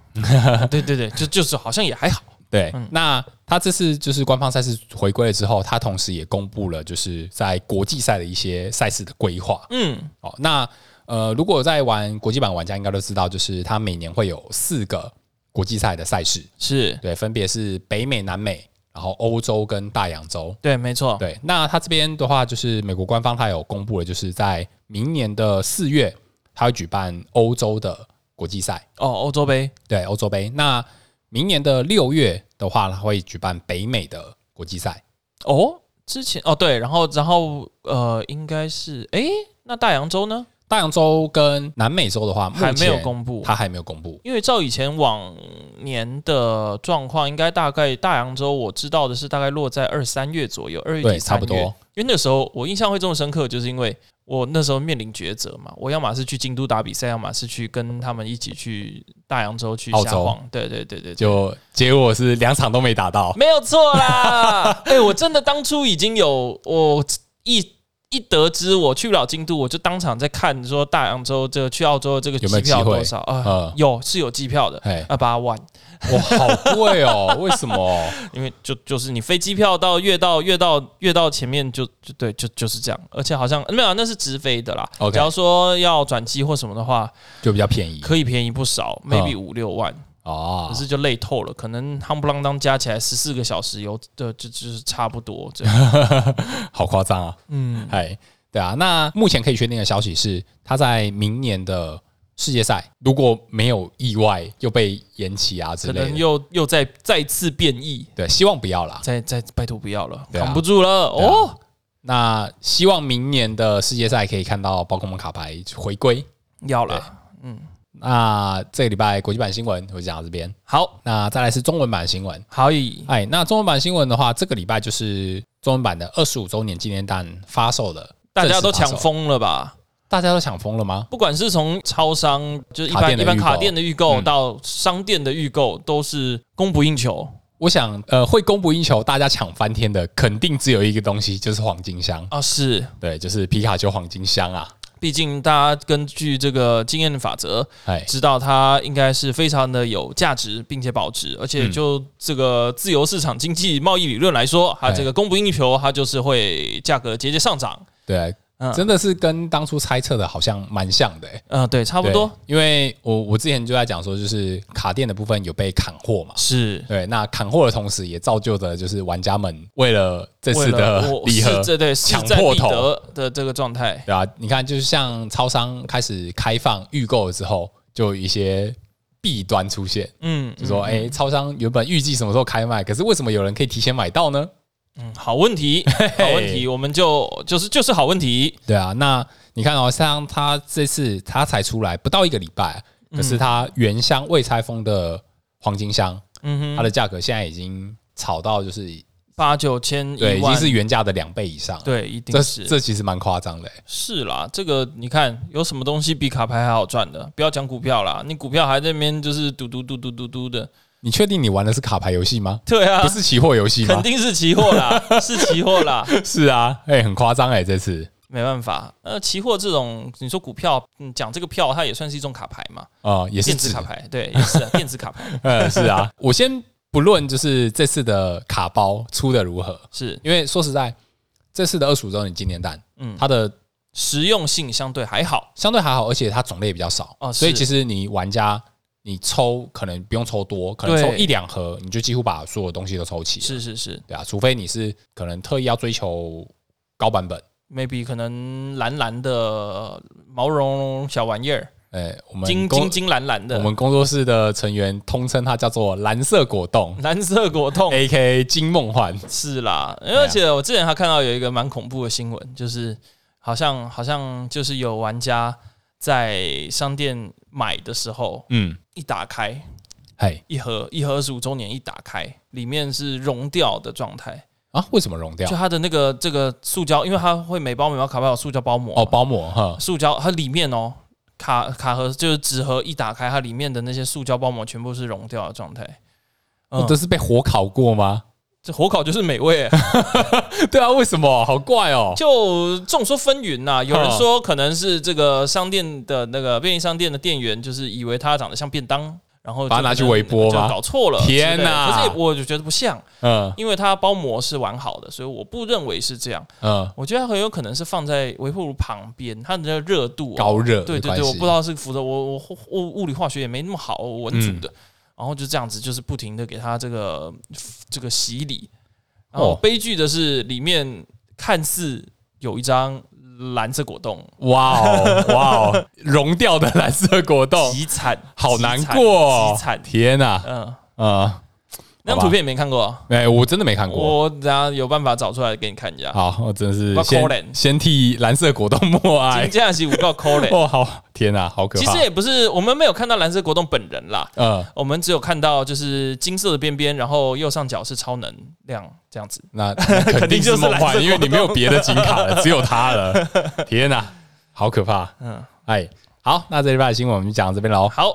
Speaker 1: 对对对，就就是好像也还好，
Speaker 2: 对那它这次就是官方赛事回归了之后，它同时也公布了就是在国际赛的一些赛事的规划。
Speaker 1: 嗯，
Speaker 2: 哦，那呃，如果有在玩国际版的玩家应该都知道，就是它每年会有四个国际赛的赛事，
Speaker 1: 是
Speaker 2: 对，分别是北美、南美，然后欧洲跟大洋洲。
Speaker 1: 对，没错，
Speaker 2: 对，那它这边的话，就是美国官方它有公布了，就是在明年的四月，它会举办欧洲的国际赛，
Speaker 1: 哦，欧洲杯，
Speaker 2: 对，欧洲杯。那明年的六月的话，它会举办北美的国际赛，
Speaker 1: 哦，之前哦对，然后然后呃，应该是诶，那大洋洲呢
Speaker 2: 大洋洲跟南美洲的话，
Speaker 1: 还没有
Speaker 2: 目前
Speaker 1: 公布，啊
Speaker 2: 它还没有公布。
Speaker 1: 因为照以前往年的状况，应该大概大洋洲我知道的是大概落在二三月左右，二月底
Speaker 2: 对差不
Speaker 1: 三月
Speaker 2: 多
Speaker 1: 因为那时候我印象会这么深刻，就是因为我那时候面临抉择嘛，我要么是去京都打比赛，要么是去跟他们一起去大洋洲去
Speaker 2: 澳
Speaker 1: 瞎
Speaker 2: 洲
Speaker 1: 晃。对对对对对
Speaker 2: 就结果是两场都没打到，
Speaker 1: 没有错 啦。哎、我真的当初已经有我一一得知我去不了京都，我就当场在看说大洋洲这个去澳洲的这个
Speaker 2: 有没有
Speaker 1: 机票
Speaker 2: 机会
Speaker 1: 多少啊、
Speaker 2: 嗯
Speaker 1: 有是有机票的
Speaker 2: 哎，
Speaker 1: 啊，八万，
Speaker 2: 哇，好贵哦！为什么？
Speaker 1: 因为就就是你飞机票到越到越到越到前面就就对就就是这样，而且好像没有啊那是直飞的啦。
Speaker 2: OK 嗯
Speaker 1: 假如说要转机或什么的话，
Speaker 2: 就比较便宜
Speaker 1: 可以便宜不少，maybe
Speaker 2: 嗯
Speaker 1: 五六万，可
Speaker 2: 哦。
Speaker 1: 是就累透了，可能夯不啷当加起来十四个小时有的就就是差不多 这样。
Speaker 2: 好夸张啊！嗯，哎，对啊。那目前可以确定的消息是，他在明年的世界赛，如果没有意外又被延期啊之
Speaker 1: 可
Speaker 2: 类
Speaker 1: 能
Speaker 2: 的，
Speaker 1: 又又再再次变异，
Speaker 2: 对，希望不要啦。
Speaker 1: 再再拜托不要了，
Speaker 2: 对啊
Speaker 1: 扛不住了
Speaker 2: 对啊
Speaker 1: 哦。
Speaker 2: 那希望明年的世界赛可以看到宝可梦卡牌回归。
Speaker 1: 要了，
Speaker 2: 那这个礼拜国际版新闻我就讲到这边，
Speaker 1: 好
Speaker 2: 那再来是中文版新闻。
Speaker 1: 好以
Speaker 2: 哎，那中文版新闻的话，这个礼拜就是中文版的二十五周年纪念蛋发售了，
Speaker 1: 大家都
Speaker 2: 正式发
Speaker 1: 抢
Speaker 2: 售，
Speaker 1: 疯了吧？
Speaker 2: 大家都抢疯了吗？
Speaker 1: 不管是从超商，就是一
Speaker 2: 卡
Speaker 1: 般
Speaker 2: 店的
Speaker 1: 一般
Speaker 2: 预购
Speaker 1: 卡店的预购
Speaker 2: 嗯
Speaker 1: 到商店的预购，都是供不应求。
Speaker 2: 我想，呃，会供不应求，大家抢翻天的，肯定只有一个东西，就是黄金箱。
Speaker 1: 啊，是，
Speaker 2: 对，就是皮卡丘黄金箱啊。
Speaker 1: 毕竟大家根据这个经验法则，
Speaker 2: 哎，
Speaker 1: 知道它应该是非常的有价值，并且保值，而且就这个自由市场经济贸易理论来说，它
Speaker 2: 哎
Speaker 1: 这个供不应求，它就是会价格节节上涨。
Speaker 2: 对，
Speaker 1: 嗯
Speaker 2: 真的是跟当初猜测的好像蛮像的、欸，
Speaker 1: 嗯、对，差
Speaker 2: 差
Speaker 1: 不多。。
Speaker 2: 因为我我之前就在讲说，就是卡店的部分有被砍货嘛。
Speaker 1: 是
Speaker 2: 对，那砍货的同时，也造就着就是玩家们为了这
Speaker 1: 为
Speaker 2: 次的
Speaker 1: 了我
Speaker 2: 礼盒
Speaker 1: 是，这对势
Speaker 2: 抢
Speaker 1: 在
Speaker 2: 破
Speaker 1: 必
Speaker 2: 头
Speaker 1: 得的这个状态。
Speaker 2: 对啊，你看，就是像超商开始开放预购了之后，就有一些弊端出现。
Speaker 1: 嗯，
Speaker 2: 就说，哎、超商原本预计什么时候开卖，可是为什么有人可以提前买到呢？
Speaker 1: 嗯好问 题，好问题，我们就就是就是好问题。
Speaker 2: 对啊，那你看哦，像他这次他才出来不到一个礼拜，
Speaker 1: 嗯
Speaker 2: 可是他原箱未拆封的黄金箱，
Speaker 1: 嗯哼，
Speaker 2: 它的价格现在已经炒到就是
Speaker 1: 八九千一
Speaker 2: 对，已经
Speaker 1: 万，
Speaker 2: 是原价的两倍以上了。
Speaker 1: 对，一定
Speaker 2: 这
Speaker 1: 是
Speaker 2: 这其实蛮夸张的、欸。
Speaker 1: 是啦。这个你看，有什么东西比卡牌还好赚的？不要讲股票啦，你股票还在那边就是嘟嘟嘟嘟嘟嘟的，
Speaker 2: 你确定你玩的是卡牌游 戏吗？
Speaker 1: 对啊
Speaker 2: 不，是期货游戏
Speaker 1: 肯
Speaker 2: 吗？
Speaker 1: 定是期货 啦，是期货啦，
Speaker 2: 是啊，哎、很夸张哎，这次
Speaker 1: 没办法。呃，期货这种，你说股票，嗯，讲这个票，它也算是一种卡牌嘛，
Speaker 2: 哦、也是
Speaker 1: 电子
Speaker 2: 纸
Speaker 1: 卡牌，对，也是啊电子卡牌，
Speaker 2: 呃，是啊， 我先不论就是这次的卡包出的如何，
Speaker 1: 是
Speaker 2: 因为说实在，这次的二十五周年纪念蛋，
Speaker 1: 嗯
Speaker 2: 嗯，它的
Speaker 1: 实用性相对还好，
Speaker 2: 相对还好，而且它种类比较少，
Speaker 1: 哦
Speaker 2: 所以
Speaker 1: 是
Speaker 2: 其实你玩家你抽可能不用抽多，可能
Speaker 1: 对
Speaker 2: 抽一两盒你就几乎把所有东西都抽齐了，
Speaker 1: 是是是
Speaker 2: 对啊，除非你是可能特意要追求高版本，
Speaker 1: ，maybe 可能蓝蓝的毛茸茸小玩意儿，
Speaker 2: 呃，我们
Speaker 1: 金
Speaker 2: 工
Speaker 1: 金金蓝蓝
Speaker 2: 我
Speaker 1: 的，
Speaker 2: 们工作室的成员通称它叫做蓝色果冻
Speaker 1: 蓝色果冻
Speaker 2: ，A K 金梦幻，
Speaker 1: 是啦，
Speaker 2: 啊
Speaker 1: 而且我之前还看到有一个蛮恐怖的新闻，就是好像好像就是有玩家在商店买的时候，
Speaker 2: 嗯，
Speaker 1: 一打开
Speaker 2: 嘿
Speaker 1: 一盒一盒二十五周年一打开，里面是融掉的状态，
Speaker 2: 啊，为什么融掉
Speaker 1: 就？它的那个这个塑胶，因为它会每包每包卡牌有塑胶包膜嘛
Speaker 2: 哦，包膜哈，
Speaker 1: 塑胶它里面哦。卡卡盒就是纸盒一打开，它里面的那些塑胶包膜全部是融掉的状态。嗯
Speaker 2: 哦，这是被火烤过吗？
Speaker 1: 这火烤就是美味、
Speaker 2: 对啊，为什么？好怪哦。
Speaker 1: 就众说纷纭呐、有人说可能是这个商店的那个便利商店的店员，就是以为它长得像便当，然后就
Speaker 2: 把它拿去微波
Speaker 1: 就
Speaker 2: 吗
Speaker 1: 搞错了。
Speaker 2: 天
Speaker 1: 哪！
Speaker 2: 哪
Speaker 1: 可是也我就觉得不像，
Speaker 2: 嗯
Speaker 1: 因为它包膜是完好的，所以我不认为是这样。
Speaker 2: 嗯，
Speaker 1: 我觉得很有可能是放在微波炉旁边，它的热度、哦
Speaker 2: 高热
Speaker 1: 对
Speaker 2: 的
Speaker 1: 对
Speaker 2: 关
Speaker 1: 对，我
Speaker 2: 系
Speaker 1: 不知道是符合我我我物理化学也没那么好，我文
Speaker 2: 嗯
Speaker 1: 组的，然后就这样子，就是不停的给他这个这个洗礼。然后
Speaker 2: 哦
Speaker 1: 悲剧的是，里面看似有一张蓝色果冻，
Speaker 2: 哇 哦哇哦，融掉的蓝色果冻，
Speaker 1: 极惨，
Speaker 2: 哦好
Speaker 1: 极
Speaker 2: 难
Speaker 1: 惨
Speaker 2: 过哦
Speaker 1: 极惨。
Speaker 2: 天哪！
Speaker 1: 嗯，
Speaker 2: 啊，
Speaker 1: 那张
Speaker 2: 好吧
Speaker 1: 图片你没看过，啊
Speaker 2: 哎，我真的没看过。
Speaker 1: 我等下有办法找出来给你看一下。
Speaker 2: 好，我真的是
Speaker 1: 我可
Speaker 2: 先
Speaker 1: 怜
Speaker 2: 先替蓝色果冻默
Speaker 1: 今
Speaker 2: 哀。
Speaker 1: 天是五告扣嘞，
Speaker 2: 哎哦，好，天哪，好可
Speaker 1: 其
Speaker 2: 怕
Speaker 1: 实。也不是，我们没有看到蓝色果冻本人啦，
Speaker 2: 嗯，
Speaker 1: 我们只有看到就是金色的边边，然后右上角是超能量这样子。
Speaker 2: 那那肯定
Speaker 1: 肯定就
Speaker 2: 是梦
Speaker 1: 是蓝色果
Speaker 2: 幻，
Speaker 1: 冻
Speaker 2: 因为你没有别的金卡 了，只有它了。天哪，好可怕。
Speaker 1: 嗯
Speaker 2: 嗯，哎，好，那这礼拜的新闻我们就讲到这边喽。
Speaker 1: 好，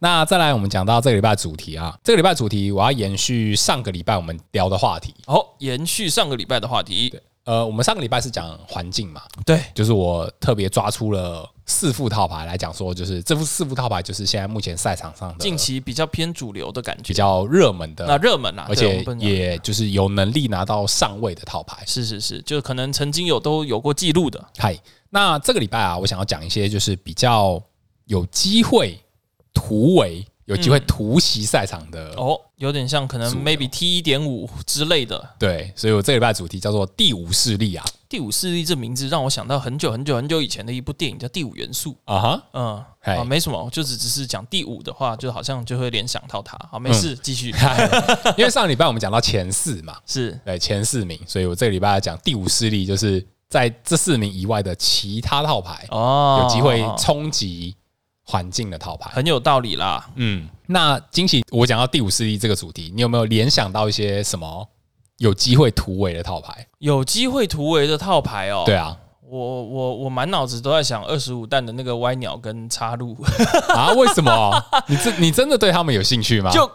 Speaker 2: 那再来，我们讲到这个礼拜的主题啊，这个礼拜主题我要延续上个礼拜我们聊的话题。
Speaker 1: 好，延续上个礼拜的话题，
Speaker 2: 呃，我们上个礼拜是讲环境嘛，
Speaker 1: 对，
Speaker 2: 就是我特别抓出了四副套牌来讲说，就是这副四副套牌就是现在目前赛场上的
Speaker 1: 近期比较偏主流的感
Speaker 2: 比
Speaker 1: 觉，
Speaker 2: 较热门
Speaker 1: 那
Speaker 2: 的，
Speaker 1: 热门啊，
Speaker 2: 而
Speaker 1: 对我
Speaker 2: 且
Speaker 1: 们不能讲
Speaker 2: 也就是有能力拿到上位的套牌。
Speaker 1: 是是是，就可能曾经有都有过记录的，
Speaker 2: 嗨，那这个礼拜啊，我想要讲一些就是比较有机会突围、有机会突袭赛场的。
Speaker 1: 哦，有点像可能
Speaker 2: 主流
Speaker 1: maybe T 一点五之类的。
Speaker 2: 对，所以我这个礼拜的主题叫做第五势力啊
Speaker 1: 第五势力这名字让我想到很久很久很久以前的一部电影叫《第五元素》，
Speaker 2: 啊哈。
Speaker 1: 嗯，
Speaker 2: 嗨
Speaker 1: 啊，没什么，就只只是讲第五的话，就好像就会联想到它。好，没
Speaker 2: 嗯
Speaker 1: 事，继 续。
Speaker 2: 因为上礼拜我们讲到前四嘛，
Speaker 1: 是
Speaker 2: 对前四名，所以我这个礼拜要讲第五势力，就是在这四名以外的其他套牌
Speaker 1: 哦，
Speaker 2: 有机会冲击环境的套牌。
Speaker 1: 很有道理啦。
Speaker 2: 嗯，那惊喜，我讲到第五势力这个主题，你有没有联想到一些什么有机会突围的套牌？
Speaker 1: 有机会突围的套牌哦，
Speaker 2: 对啊，
Speaker 1: 我我我满脑子都在想二十五弹的那个歪鸟跟插入，
Speaker 2: 啊，为什么？ 你真你真的对他们有兴趣吗？
Speaker 1: 就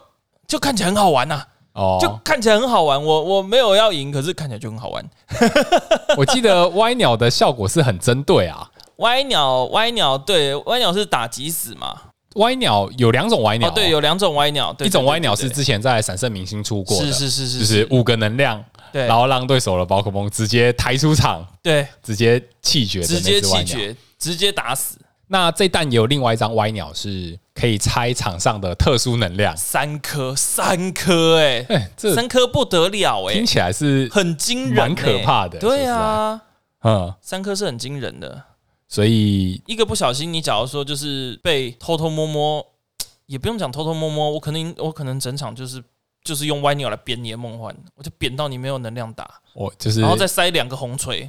Speaker 1: 就看起来很好玩呐、啊就
Speaker 2: 哦，
Speaker 1: 看起来很好玩。我我没有要赢，可是看起来就很好玩。
Speaker 2: 我记得歪鸟的效果是很针对啊。
Speaker 1: 歪鸟歪鸟，对，歪鸟是打急死嘛？
Speaker 2: 歪鸟有两种歪鸟
Speaker 1: 哦
Speaker 2: 哦，，
Speaker 1: 对，有两种歪鸟，对
Speaker 2: 一种歪鸟
Speaker 1: 对
Speaker 2: 是
Speaker 1: 对
Speaker 2: 之前在闪圣明星出过
Speaker 1: 对
Speaker 2: 的，
Speaker 1: 是是是是
Speaker 2: 就是五个能量，
Speaker 1: 对
Speaker 2: 然后让对手的宝可梦直接抬出场，
Speaker 1: 对，
Speaker 2: 直接气绝的
Speaker 1: 直
Speaker 2: 那
Speaker 1: 接
Speaker 2: 只歪
Speaker 1: 气
Speaker 2: 鸟。
Speaker 1: 绝，直接打死
Speaker 2: 那这弹也有另外一张歪鸟是可以拆场上的特殊能量，
Speaker 1: 三颗三颗哎、
Speaker 2: 哎，这
Speaker 1: 三颗不得了哎、
Speaker 2: 听起来是
Speaker 1: 很惊人、欸，
Speaker 2: 蛮可怕的
Speaker 1: 对啊，
Speaker 2: 嗯，
Speaker 1: 三颗是很惊人的。
Speaker 2: 所以
Speaker 1: 一个不小心，你假如说就是被偷偷摸摸，也不用讲偷偷摸摸，我可能我可能整场就是就是用歪鸟来扁你的梦幻，我就扁到你没有能量打，
Speaker 2: 我就是
Speaker 1: 然后再塞两个红锤，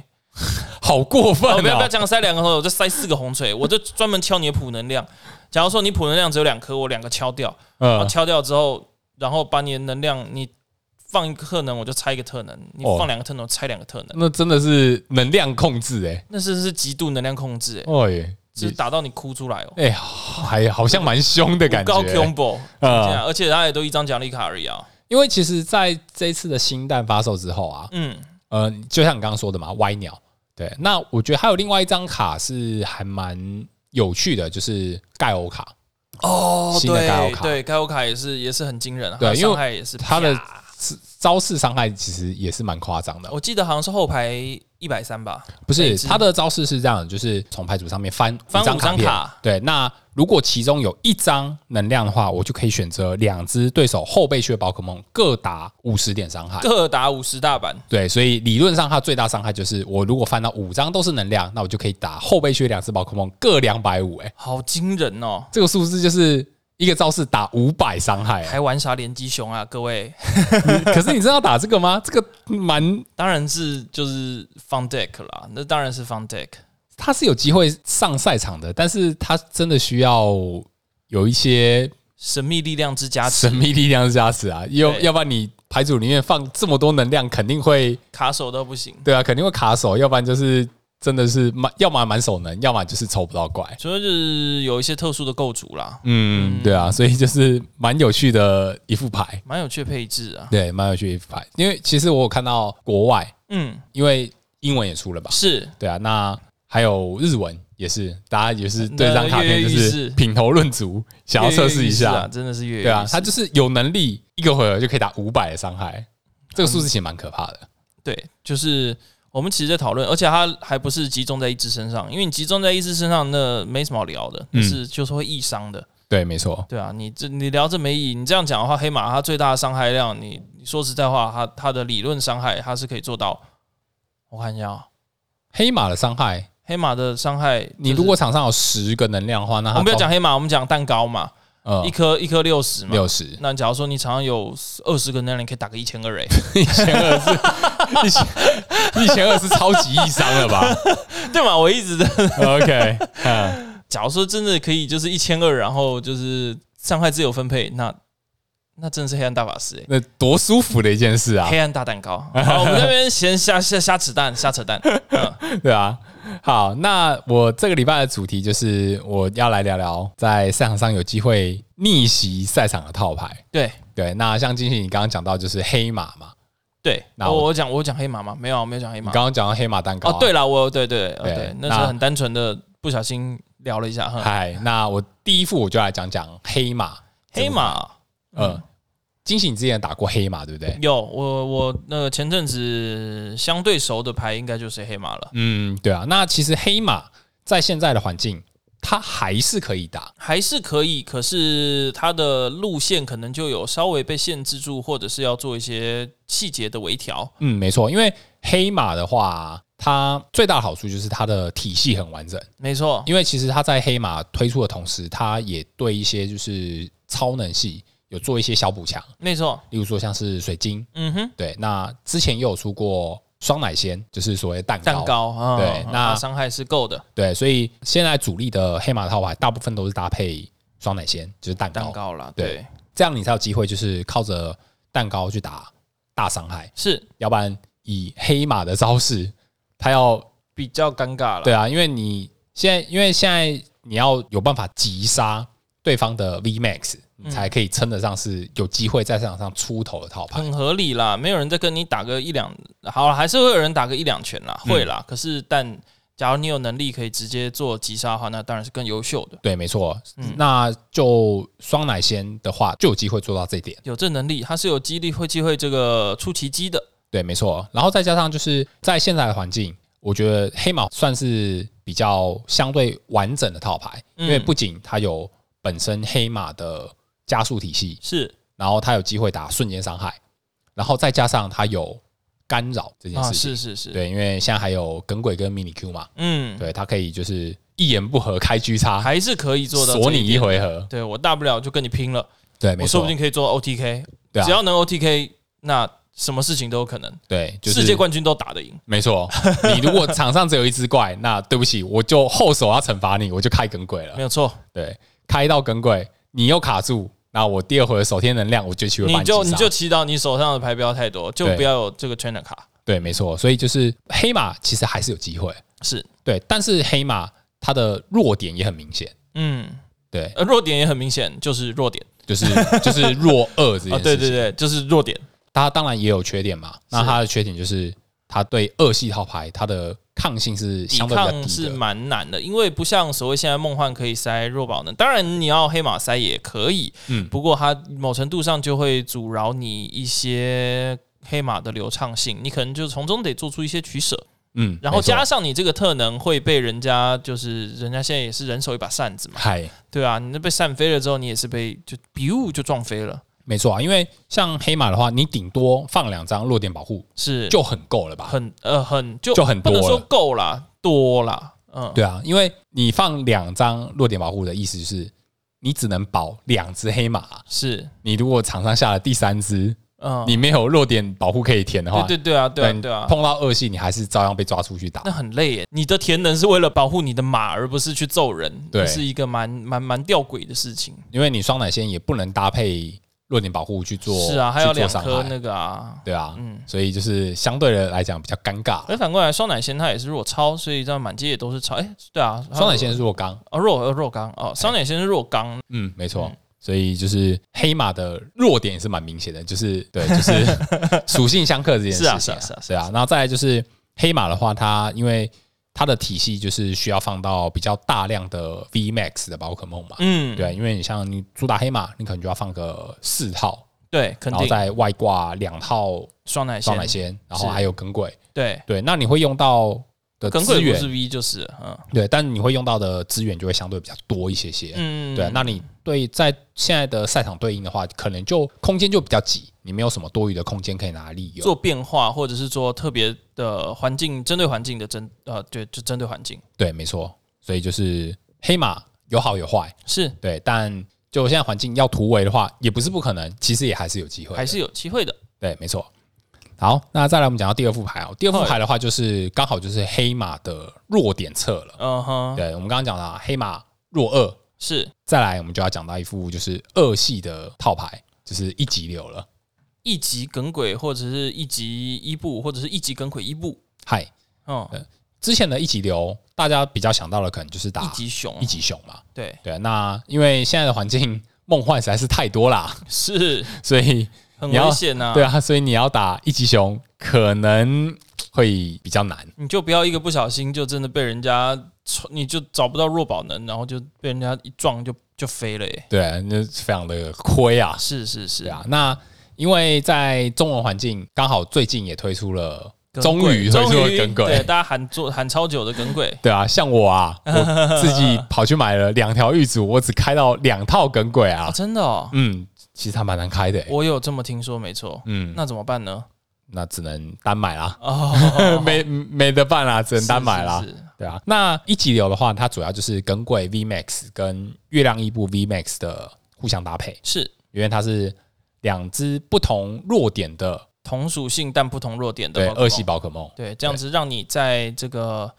Speaker 2: 好过分
Speaker 1: 哦，不要不要
Speaker 2: 哦！
Speaker 1: 讲塞两个红锤，我就塞四个红锤，我就专门敲你的普能量。假如说你普能量只有两颗，我两个敲掉，然后
Speaker 2: 嗯，
Speaker 1: 敲掉之后，然后把你的能量你放一个特能，我就拆一个特能；你
Speaker 2: 哦
Speaker 1: 放两个特能，我拆两个特能。
Speaker 2: 那真的是能量控制哎、
Speaker 1: 那是是极度能量控制、欸，哎，
Speaker 2: 哎，
Speaker 1: 就是打到你哭出来哦，
Speaker 2: 哎、还好像蛮凶的感觉、
Speaker 1: 高 combo，这
Speaker 2: 嗯，
Speaker 1: 样，而且他也都一张奖励卡而已啊。
Speaker 2: 因为其实在这一次的新蛋发售之后啊，
Speaker 1: 嗯，
Speaker 2: 呃，就像你刚刚说的嘛，歪鸟。对，那我觉得还有另外一张卡是还蛮有趣的，就是盖欧卡，
Speaker 1: 哦
Speaker 2: 新的盖欧
Speaker 1: 对
Speaker 2: 卡
Speaker 1: 对，盖欧卡也是也是很惊人啊，
Speaker 2: 对
Speaker 1: 它的
Speaker 2: 因为
Speaker 1: 伤害也是
Speaker 2: 它的
Speaker 1: 啪
Speaker 2: 招式伤害其实也是蛮夸张的。
Speaker 1: 我记得好像是后排一百三吧，
Speaker 2: 不
Speaker 1: 哦每
Speaker 2: 是，
Speaker 1: 只
Speaker 2: 它的招式是这样，就是从牌组上面翻
Speaker 1: 翻
Speaker 2: 五张
Speaker 1: 五张
Speaker 2: 片
Speaker 1: 卡
Speaker 2: 对，那如果其中有一张能量的话，我就可以选择两只对手后备区的宝可梦各打五十点伤害。
Speaker 1: 各打五十大板。
Speaker 2: 对，所以理论上它最大伤害就是，我如果翻到五张都是能量，那我就可以打后备区的两只宝可梦各两百五。哎，
Speaker 1: 好惊人哦！
Speaker 2: 这个数字就是一个招式打五百伤害、 欸。
Speaker 1: 还玩啥连击熊啊，各位？
Speaker 2: 可是你真的要打这个吗？这个蛮，
Speaker 1: 当然是就是 fun deck 啦，那当然是 fun deck。
Speaker 2: 它是有机会上赛场的，但是它真的需要有一些
Speaker 1: 神秘力量之加持
Speaker 2: 神，秘力量加持啊，要
Speaker 1: 对
Speaker 2: 要不然你牌组里面放这么多能量，肯定会
Speaker 1: 卡手都不行。
Speaker 2: 对啊，肯定会卡手，要不然就是真的是满，要么满手能，要么就是抽不到怪。
Speaker 1: 主要就是有一些特殊的构筑啦，
Speaker 2: 嗯，对啊，所以就是蛮有趣的一副牌，
Speaker 1: 蛮有趣的配置啊。
Speaker 2: 对，蛮有趣的一副牌。因为其实我有看到国外，
Speaker 1: 嗯，
Speaker 2: 因为英文也出了吧，
Speaker 1: 是
Speaker 2: 对啊，那还有日文也是，大家也是对这张卡
Speaker 1: 跃
Speaker 2: 片
Speaker 1: 跃
Speaker 2: 就
Speaker 1: 欲
Speaker 2: 是
Speaker 1: 试
Speaker 2: 品头论足，想要测试
Speaker 1: 跃
Speaker 2: 一
Speaker 1: 跃欲试啊
Speaker 2: 下，
Speaker 1: 真的是越
Speaker 2: 对啊，
Speaker 1: 他
Speaker 2: 他就是有能力一个回合就可以打五百的伤害，这个数字其实蛮可怕的。
Speaker 1: 对，就是我们其实在讨论，而且它还不是集中在一只身上，因为你集中在一只身上，那没什么好聊的，
Speaker 2: 嗯
Speaker 1: 是就是会易伤的。
Speaker 2: 对，没错，
Speaker 1: 对啊，你这你聊这没意义。你这样讲的话，黑马它最大的伤害量，你你说实在话，它它的理论伤害它是可以做到。我看一下、啊，
Speaker 2: 黑马的伤害，
Speaker 1: 黑马的伤害就是、
Speaker 2: 你如果场上有十个能量的话，那
Speaker 1: 我
Speaker 2: 它
Speaker 1: 们不要
Speaker 2: 招
Speaker 1: 讲黑马，我们讲蛋糕嘛，
Speaker 2: 呃
Speaker 1: 一颗一颗六十嘛。
Speaker 2: 六十
Speaker 1: 那假如说你场上有二十个，那你可以打个一千二哎，
Speaker 2: 一千二是一千一千二是超级易伤了吧
Speaker 1: 对嘛？我一直在，
Speaker 2: ？OK，嗯
Speaker 1: 假如说真的可以就是一千二，然后就是伤害自由分配，那那真的是黑暗大法师哎、
Speaker 2: 那多舒服的一件事啊！
Speaker 1: 黑暗大蛋糕。好，我们这边先瞎瞎瞎扯淡，瞎扯 淡。嗯
Speaker 2: 对啊，好，那我这个礼拜的主题就是我要来聊聊在赛场上有机会逆袭赛场的套牌。
Speaker 1: 对
Speaker 2: 对，那像金喜你刚刚讲到就是黑马嘛，
Speaker 1: 对，
Speaker 2: 那
Speaker 1: 我
Speaker 2: 我
Speaker 1: 我讲我讲黑马吗？没有，我啊没有讲黑
Speaker 2: 你
Speaker 1: 马。
Speaker 2: 刚刚讲到黑马蛋糕、啊
Speaker 1: 哦，对，了，我对对呃
Speaker 2: 对
Speaker 1: 对，那
Speaker 2: 那
Speaker 1: 是很单纯的不小心聊了一下哈。
Speaker 2: 嗨，那我第一副我就来讲讲黑马。
Speaker 1: 黑马嗯
Speaker 2: 呃，金喜你之前打过黑马对不对？
Speaker 1: 有我我那个前阵子相对熟的牌应该就是黑马了，
Speaker 2: 嗯，对啊。那其实黑马在现在的环境，它还是可以打。
Speaker 1: 还是可以，可是它的路线可能就有稍微被限制住，或者是要做一些细节的微调。
Speaker 2: 嗯，没错，因为黑马的话，它最大的好处就是它的体系很完整。
Speaker 1: 没错，
Speaker 2: 因为其实它在黑马推出的同时，它也对一些就是超能系有做一些小补强，
Speaker 1: 没错，
Speaker 2: 例如说像是水晶，
Speaker 1: 嗯哼，
Speaker 2: 对，那之前也有出过双奶仙，就是所谓蛋糕，
Speaker 1: 蛋糕啊，
Speaker 2: 对那
Speaker 1: 它伤害是够的，
Speaker 2: 对，所以现在主力的黑马套牌大部分都是搭配双奶仙，就是蛋糕，
Speaker 1: 蛋糕啦，
Speaker 2: 对
Speaker 1: 对，
Speaker 2: 这样你才有机会就是靠着蛋糕去打大伤害，
Speaker 1: 是
Speaker 2: 要不然以黑马的招式，它要
Speaker 1: 比较尴尬了。
Speaker 2: 对啊，因为你现在，因为现在你要有办法击杀对方的 V Max，你才可以称得上是有机会在市场上出头的套牌。
Speaker 1: 很合理啦，没有人再跟你打个一两，好了，还是会有人打个一两拳
Speaker 2: 嗯
Speaker 1: 啦，会啦。可是，但假如你有能力可以直接做击杀的话，那当然是更优秀的。
Speaker 2: 对，没错。那就双奶仙的话，就有机会做到这一点。
Speaker 1: 有这能力，它是有激励会机会这个出奇迹的。
Speaker 2: 对，没错。然后再加上就是在现在的环境，我觉得黑马算是比较相对完整的套牌，因为
Speaker 1: 嗯
Speaker 2: 不仅它有本身黑马的加速体系，
Speaker 1: 是
Speaker 2: 然后它有机会打瞬间伤害，然后再加上它有干扰这件
Speaker 1: 啊，
Speaker 2: 事
Speaker 1: 是
Speaker 2: 情。
Speaker 1: 是是，，
Speaker 2: 对，因为现在还有耿鬼跟迷你 Q 嘛，
Speaker 1: 嗯，
Speaker 2: 对，它可以就是一言不合开 G 叉，
Speaker 1: 还是可以做到
Speaker 2: 啊锁
Speaker 1: 这
Speaker 2: 你一
Speaker 1: 点。
Speaker 2: 回合，
Speaker 1: 对我大不了就跟你拼了，
Speaker 2: 对，没
Speaker 1: 我说
Speaker 2: 错
Speaker 1: 不，定可以做 OTK，
Speaker 2: 对啊
Speaker 1: 只要能 OTK，那什么事情都有可能，
Speaker 2: 对，啊就是
Speaker 1: 世界冠军都打得赢。
Speaker 2: 没错，你如果场上只有一只怪，那对不起，我就后手要惩罚你，我就开耿鬼了
Speaker 1: 没。有错，
Speaker 2: 对，开到耿鬼，你又卡住，那我第二回的手天能量，我就去会把
Speaker 1: 你就
Speaker 2: 击
Speaker 1: 你
Speaker 2: 杀
Speaker 1: 就祈祷你手上的牌不要太多，就
Speaker 2: 对
Speaker 1: 不要有这个 trainer 卡。
Speaker 2: 对，没错。所以就是黑马其实还是有机会，
Speaker 1: 是，
Speaker 2: 对，但是黑马它的弱点也很明显，
Speaker 1: 嗯，
Speaker 2: 对，
Speaker 1: 呃，弱点也很明显，就是弱点
Speaker 2: 就是 就是弱二这件事情。
Speaker 1: 啊，对对对，就是弱点。
Speaker 2: 它当然也有缺点嘛，那它的缺点就是它对二系套牌它的抗性是
Speaker 1: 抵
Speaker 2: 相对比较
Speaker 1: 抗
Speaker 2: 低
Speaker 1: 是
Speaker 2: 的。
Speaker 1: 蛮难的，因为不像所谓现在梦幻可以塞弱宝能，当然你要黑马塞也可以，
Speaker 2: 嗯
Speaker 1: 不过它某程度上就会阻挠你一些黑马的流畅性，你可能就从中得做出一些取舍，
Speaker 2: 嗯，
Speaker 1: 然后
Speaker 2: 没错
Speaker 1: 加上你这个特能会被人家就是人家现在也是人手一把扇子嘛，
Speaker 2: 嗨，
Speaker 1: 对啊，你那被扇飞了之后，你也是被就 biu 就撞飞了，
Speaker 2: 没错啊，因为像黑马的话，你顶多放两张弱点保护
Speaker 1: 是
Speaker 2: 就很够了吧？
Speaker 1: 很呃很就
Speaker 2: 就很
Speaker 1: 不能
Speaker 2: 多
Speaker 1: 说
Speaker 2: 了
Speaker 1: 够啦，多啦，嗯，
Speaker 2: 对啊，因为你放两张弱点保护的意思就是你只能保两只黑马啊，
Speaker 1: 是，
Speaker 2: 你如果场上下了第三只，
Speaker 1: 嗯，
Speaker 2: 你没有弱点保护可以填的话，
Speaker 1: 对对对啊，对啊
Speaker 2: 你
Speaker 1: 对啊，
Speaker 2: 碰到恶系你还是照样被抓出去打
Speaker 1: 那。很累耶。你的田能是为了保护你的马，而不是去揍人，
Speaker 2: 对
Speaker 1: 这是一个蛮蛮蛮吊诡的事情。
Speaker 2: 因为你双奶线也不能搭配弱点保护去做，
Speaker 1: 是啊，还有
Speaker 2: 去做
Speaker 1: 两
Speaker 2: 伤
Speaker 1: 颗
Speaker 2: 害
Speaker 1: 那个啊。
Speaker 2: 对啊，
Speaker 1: 嗯
Speaker 2: 所以就是相对的来讲比较尴尬。
Speaker 1: 而反过来，双奶仙它也是弱超，所以这样满街也都是超。哎、对啊，
Speaker 2: 双奶线是弱刚，
Speaker 1: 哦弱呃弱刚哦，双奶仙是弱刚，
Speaker 2: 嗯，没错
Speaker 1: 嗯。
Speaker 2: 所以就是黑马的弱点也是蛮明显 的，就是对，就是 属性相克这件事情、
Speaker 1: 是啊是啊是啊是啊
Speaker 2: 对啊。然后再来就是黑马的话，它因为它的体系就是需要放到比较大量的 V Max 的宝可梦嘛，
Speaker 1: 嗯，
Speaker 2: 对啊，因为你像你主打黑马，你可能就要放个四套，
Speaker 1: 对，肯
Speaker 2: 然后
Speaker 1: 定
Speaker 2: 再外挂两套
Speaker 1: 双奶仙，
Speaker 2: 双奶仙，然后还有耿鬼，
Speaker 1: 对，
Speaker 2: 对，那你会用到的
Speaker 1: 耿
Speaker 2: 资
Speaker 1: 鬼不是
Speaker 2: 源，
Speaker 1: V 就是了嗯
Speaker 2: 对，但你会用到的资源就会相对比较多一些些。
Speaker 1: 嗯，
Speaker 2: 对，那你对在现在的赛场对应的话，可能就空间就比较挤，你没有什么多余的空间可以拿来利用。
Speaker 1: 做变化或者是做特别的环境，针对环境的针呃，对，就针对环境
Speaker 2: 对，没错，所以就是黑马有好有坏，
Speaker 1: 是
Speaker 2: 对，但就现在环境要突围的话，也不是不可能，其实也还是有机会的，
Speaker 1: 还是有机会的，
Speaker 2: 对，没错。好，那再来我们讲到第二副牌哦，第二副牌的话就是刚好就是黑马的弱点侧了。
Speaker 1: 嗯哼，
Speaker 2: 对，我们刚刚讲了黑马弱二，
Speaker 1: 是
Speaker 2: 再来，我们就要讲到一副就是二系的套牌，就是一级流了。
Speaker 1: 一级耿鬼，或者是一级伊布，或者是一级耿鬼伊布，
Speaker 2: 嗨，
Speaker 1: 嗯，
Speaker 2: 之前的一级流，大家比较想到的可能就是打
Speaker 1: 一级熊
Speaker 2: 一，级熊嘛。
Speaker 1: 对，
Speaker 2: 对，啊那因为现在的环境梦幻实在是太多啦，
Speaker 1: 是
Speaker 2: 所以
Speaker 1: 很
Speaker 2: 你要
Speaker 1: 危险呐、
Speaker 2: 对，啊，所以你要打一级熊可能会比较难。
Speaker 1: 你就不要一个不小心就真的被人家戳，你就找不到弱宝能，然后就被人家一撞就就飞了耶。
Speaker 2: 对，啊那非常的亏啊。
Speaker 1: 是是是
Speaker 2: 对，啊，那因为在中文环境刚好最近也推出了，
Speaker 1: 耿
Speaker 2: 终
Speaker 1: 鬼
Speaker 2: 于推
Speaker 1: 终
Speaker 2: 出了
Speaker 1: 于
Speaker 2: 耿鬼
Speaker 1: 对，大家喊做喊超久的耿鬼，
Speaker 2: 对啊，像 我啊，我自己跑去买了两条玉组，我只开到两套耿鬼
Speaker 1: 啊，
Speaker 2: 啊。
Speaker 1: 真的哦，
Speaker 2: 嗯，其实还蛮难开的欸、
Speaker 1: 我有这么听说，没错。
Speaker 2: 嗯，
Speaker 1: 那怎么办呢？
Speaker 2: 那只能单买啦，，
Speaker 1: 哦
Speaker 2: 呃没没得办啦，只能单买啦
Speaker 1: 是。是是
Speaker 2: 对啊，那一级流的话，它主要就是耿鬼 V Max 跟月亮一部 V Max 的互相搭配，
Speaker 1: 是
Speaker 2: 因为它是两只不同弱点的
Speaker 1: 同属性但不同弱点的
Speaker 2: 对
Speaker 1: 宝可
Speaker 2: 二
Speaker 1: 梦
Speaker 2: 系宝可梦。
Speaker 1: 对，这样子让你在这个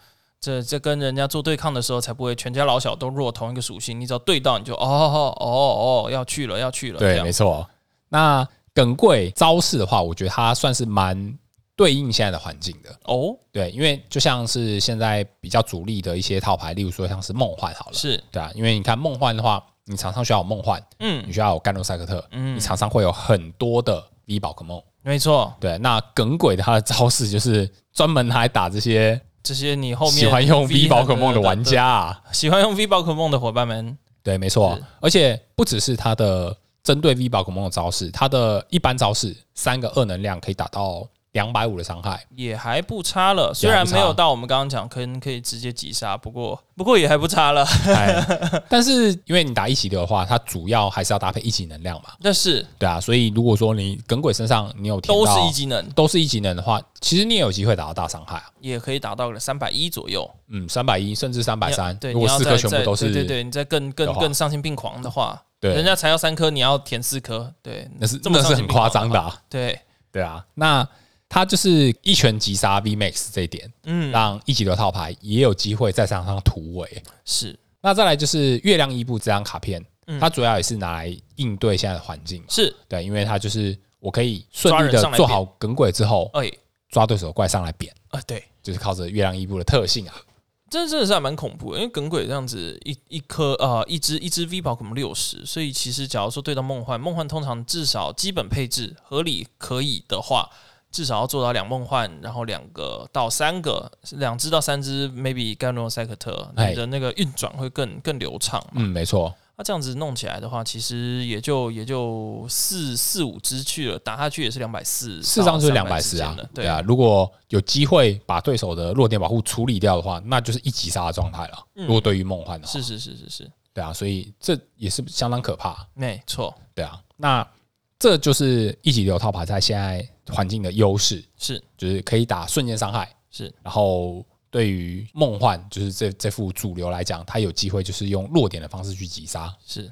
Speaker 1: 这这跟人家做对抗的时候，才不会全家老小都弱同一个属性。你只要对到，你就哦哦哦哦，要去了，要去了。这
Speaker 2: 对，
Speaker 1: 样
Speaker 2: 没错。那耿贵招式的话，我觉得它算是蛮对应现在的环境的。
Speaker 1: 哦，
Speaker 2: 对，因为就像是现在比较主力的一些套牌，例如说像是梦幻好了，
Speaker 1: 是，
Speaker 2: 对啊，因为你看梦幻的话，你场上需要有梦幻，
Speaker 1: 嗯
Speaker 2: 你需要有甘露赛克特，你
Speaker 1: 嗯，
Speaker 2: 场上会有很多的 V 宝可梦。
Speaker 1: 没错，
Speaker 2: 对，那耿鬼他的招式就是专门拿来打这些
Speaker 1: 这些你后面
Speaker 2: 喜欢用 V 宝可梦的玩，家啊。
Speaker 1: 喜欢用 V 宝可梦的伙伴们，
Speaker 2: 对，没错
Speaker 1: 是，
Speaker 2: 而且不只是他的针对 V 宝可梦的招式，他的一般招式三个二能量可以打到两百五的伤害，
Speaker 1: 也还不差了。虽
Speaker 2: 也还
Speaker 1: 然
Speaker 2: 不差
Speaker 1: 没有到我们刚刚讲可能可以直接击杀，不过不过也还不差了。
Speaker 2: 哎但是因为你打一级流的话，它主要还是要搭配一级能量嘛，
Speaker 1: 但是
Speaker 2: 对啊，所以如果说你耿鬼身上你有填
Speaker 1: 都
Speaker 2: 到
Speaker 1: 是一技能，
Speaker 2: 都是一级能的话，其实你也有机会打到大伤害啊，
Speaker 1: 也可以达到了三百一左右。
Speaker 2: 嗯，三百一甚至三百
Speaker 1: 你要
Speaker 2: 三，
Speaker 1: 对，
Speaker 2: 如果
Speaker 1: 你要
Speaker 2: 四颗
Speaker 1: 再
Speaker 2: 全部
Speaker 1: 再
Speaker 2: 都是，
Speaker 1: 对对对，你再更
Speaker 2: 的
Speaker 1: 更
Speaker 2: 话
Speaker 1: 更丧心病狂的话，
Speaker 2: 对
Speaker 1: 人家才要三颗，你要填四颗，对，
Speaker 2: 那是
Speaker 1: 这么
Speaker 2: 那是
Speaker 1: 丧心
Speaker 2: 很
Speaker 1: 病狂
Speaker 2: 夸
Speaker 1: 的
Speaker 2: 张的、
Speaker 1: 话，
Speaker 2: 啊，
Speaker 1: 对，
Speaker 2: 对啊，那他就是一拳击杀 VMAX 这一点，
Speaker 1: 嗯，
Speaker 2: 让一级流套牌也有机会在场上突围。
Speaker 1: 是
Speaker 2: 那再来就是月亮伊布这张卡片
Speaker 1: 嗯，
Speaker 2: 它主要也是拿来应对现在的环境嘛。
Speaker 1: 是，
Speaker 2: 对，因为它就是我可以顺利
Speaker 1: 抓人上
Speaker 2: 的
Speaker 1: 来
Speaker 2: 做好耿鬼之后，
Speaker 1: 哎
Speaker 2: 抓对手的怪上来扁，
Speaker 1: 啊，对，
Speaker 2: 就是靠着月亮伊布的特性啊。
Speaker 1: 这真的是还蛮恐怖的，因为耿鬼这样子一一颗呃一只一只 V 宝可能六十，所以其实假如说对到梦幻，梦幻通常至少基本配置合理可以的话，至少要做到两梦幻，然后两个到三个，两只到三只 maybe 甘罗塞克特，
Speaker 2: 哎
Speaker 1: 你的那个运转会更更流畅嘛。
Speaker 2: 嗯，没错，
Speaker 1: 那、这样子弄起来的话，其实也就也就四四五只去了，打下去也是两百四，
Speaker 2: 四张就是
Speaker 1: 两
Speaker 2: 两百
Speaker 1: 百
Speaker 2: 四啊。
Speaker 1: 对
Speaker 2: 对啊，，如果有机会把对手的弱点保护处理掉的话，那就是一击杀的状态了。
Speaker 1: 嗯
Speaker 2: 如果对于梦幻的话，
Speaker 1: 是是是是是，
Speaker 2: 对啊，所以这也是相当可怕。
Speaker 1: 没错，
Speaker 2: 对啊，那这就是一级流套牌在现在环境的优势，
Speaker 1: 是
Speaker 2: 就是可以打瞬间伤害，
Speaker 1: 是
Speaker 2: 然后对于梦幻就是这这副主流来讲，它有机会就是用弱点的方式去击杀。
Speaker 1: 是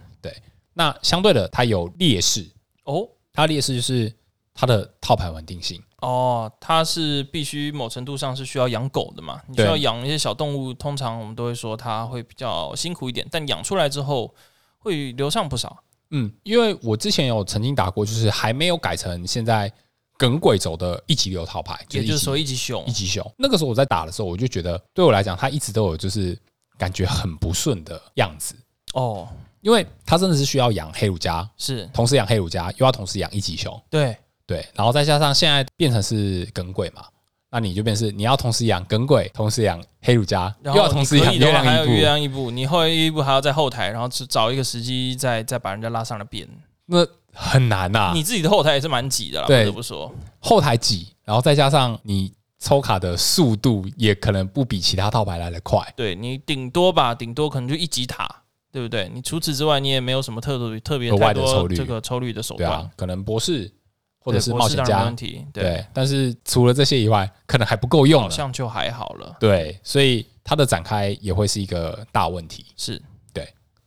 Speaker 2: 那相对的，它有劣势，
Speaker 1: 哦。
Speaker 2: 它的劣势就是它的套牌稳定性。
Speaker 1: 哦，它是必须某程度上是需要养狗的嘛？你需
Speaker 2: 对
Speaker 1: 要养一些小动物，通常我们都会说它会比较辛苦一点，但养出来之后会流畅不少。
Speaker 2: 嗯，因为我之前有曾经打过，就是还没有改成现在耿鬼轴的一级流套牌，
Speaker 1: 也
Speaker 2: 一
Speaker 1: 就是
Speaker 2: 级
Speaker 1: 说，一级熊
Speaker 2: 一级熊。那个时候我在打的时候，我就觉得对我来讲，它一直都有就是感觉很不顺的样子，
Speaker 1: 哦，
Speaker 2: 因为它真的是需要养黑鲁加，
Speaker 1: 是
Speaker 2: 同时养黑鲁加，又要同时养一级熊，
Speaker 1: 对，
Speaker 2: 对，然后再加上现在变成是耿鬼嘛，那你就变成是你要同时养耿鬼，同时养黑鲁加，又
Speaker 1: 然
Speaker 2: 要
Speaker 1: 后
Speaker 2: 同
Speaker 1: 你
Speaker 2: 时
Speaker 1: 可
Speaker 2: 养
Speaker 1: 以
Speaker 2: 月
Speaker 1: 的话还
Speaker 2: 亮
Speaker 1: 要
Speaker 2: 一
Speaker 1: 月
Speaker 2: 步，
Speaker 1: 亮一步，你后一步还要在后台，然后去找一个时机再再把人家拉上来扁。
Speaker 2: 那很难啊呐、
Speaker 1: 你自己的后台也是蛮挤的啦，不
Speaker 2: 对
Speaker 1: 得不说，
Speaker 2: 后台挤，然后再加上你抽卡的速度也可能不比其他套牌来的快，
Speaker 1: 对你顶多吧，顶多可能就一级塔。对不对？你除此之外，你也没有什么特别特别
Speaker 2: 额
Speaker 1: 太
Speaker 2: 外的抽
Speaker 1: 多
Speaker 2: 率
Speaker 1: 这个抽率的手
Speaker 2: 对
Speaker 1: 段，
Speaker 2: 啊，可能博士或者
Speaker 1: 对
Speaker 2: 是
Speaker 1: 博
Speaker 2: 冒
Speaker 1: 士
Speaker 2: 险
Speaker 1: 当然没
Speaker 2: 家
Speaker 1: 问。题，对，
Speaker 2: 对，但是除了这些以外，可能还不够用
Speaker 1: 好
Speaker 2: 了。
Speaker 1: 像就还好了。
Speaker 2: 对，所以它的展开也会是一个大问题，
Speaker 1: 是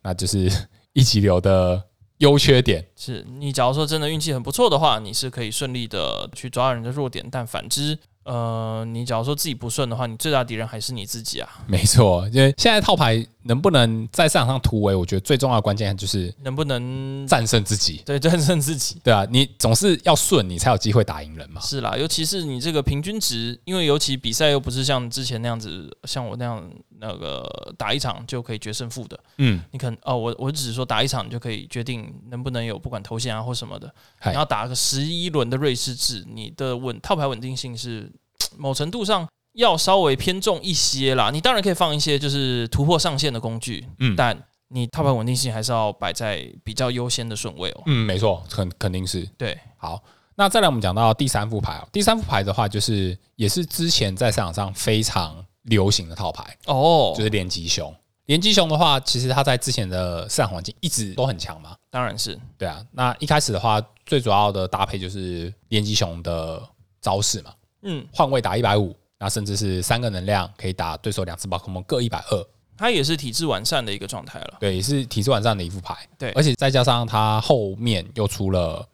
Speaker 2: 那就是一级流的优缺点。
Speaker 1: 是，你假如说真的运气很不错的话，你是可以顺利的去抓人的弱点，但反之，呃，你假如说自己不顺的话，你最大敌人还是你自己啊，
Speaker 2: 没 错，因为现在套牌能不能在战场上突围，我觉得最重要的关键就是
Speaker 1: 能不能
Speaker 2: 战胜自己。
Speaker 1: 对战胜自己？
Speaker 2: 对啊，你总是要顺，你才有机会打赢人嘛。
Speaker 1: 是啦，尤其是你这个平均值，因为尤其比赛又不是像之前那样子，像我那样那个打一场就可以决胜负的，
Speaker 2: 嗯，
Speaker 1: 你可能哦，我我只是说打一场你就可以决定能不能有不管头衔啊或什么的，
Speaker 2: 嗨
Speaker 1: 你要打个十一轮的瑞士制，你的稳套牌稳定性是某程度上要稍微偏重一些啦。你当然可以放一些就是突破上限的工具，
Speaker 2: 嗯
Speaker 1: 但你套牌稳定性还是要摆在比较优先的顺位哦。
Speaker 2: 嗯，没错，肯肯定是
Speaker 1: 对，
Speaker 2: 好。那再来，我们讲到第三副牌、哦，第三副牌的话，就是也是之前在市场上非常流行的套牌，
Speaker 1: 哦，
Speaker 2: 就是连击熊。连击熊的话，其实它在之前的市场环境一直都很强嘛。
Speaker 1: 当然是
Speaker 2: 对啊，那一开始的话，最主要的搭配就是连击熊的招式嘛，
Speaker 1: 嗯，
Speaker 2: 换位打一百五，那甚至是三个能量可以打对手两次宝可梦各一百二，
Speaker 1: 它也是体制完善的一个状态了。
Speaker 2: 对，也是体制完善的一副牌。
Speaker 1: 对
Speaker 2: 而且再加上它后面又出了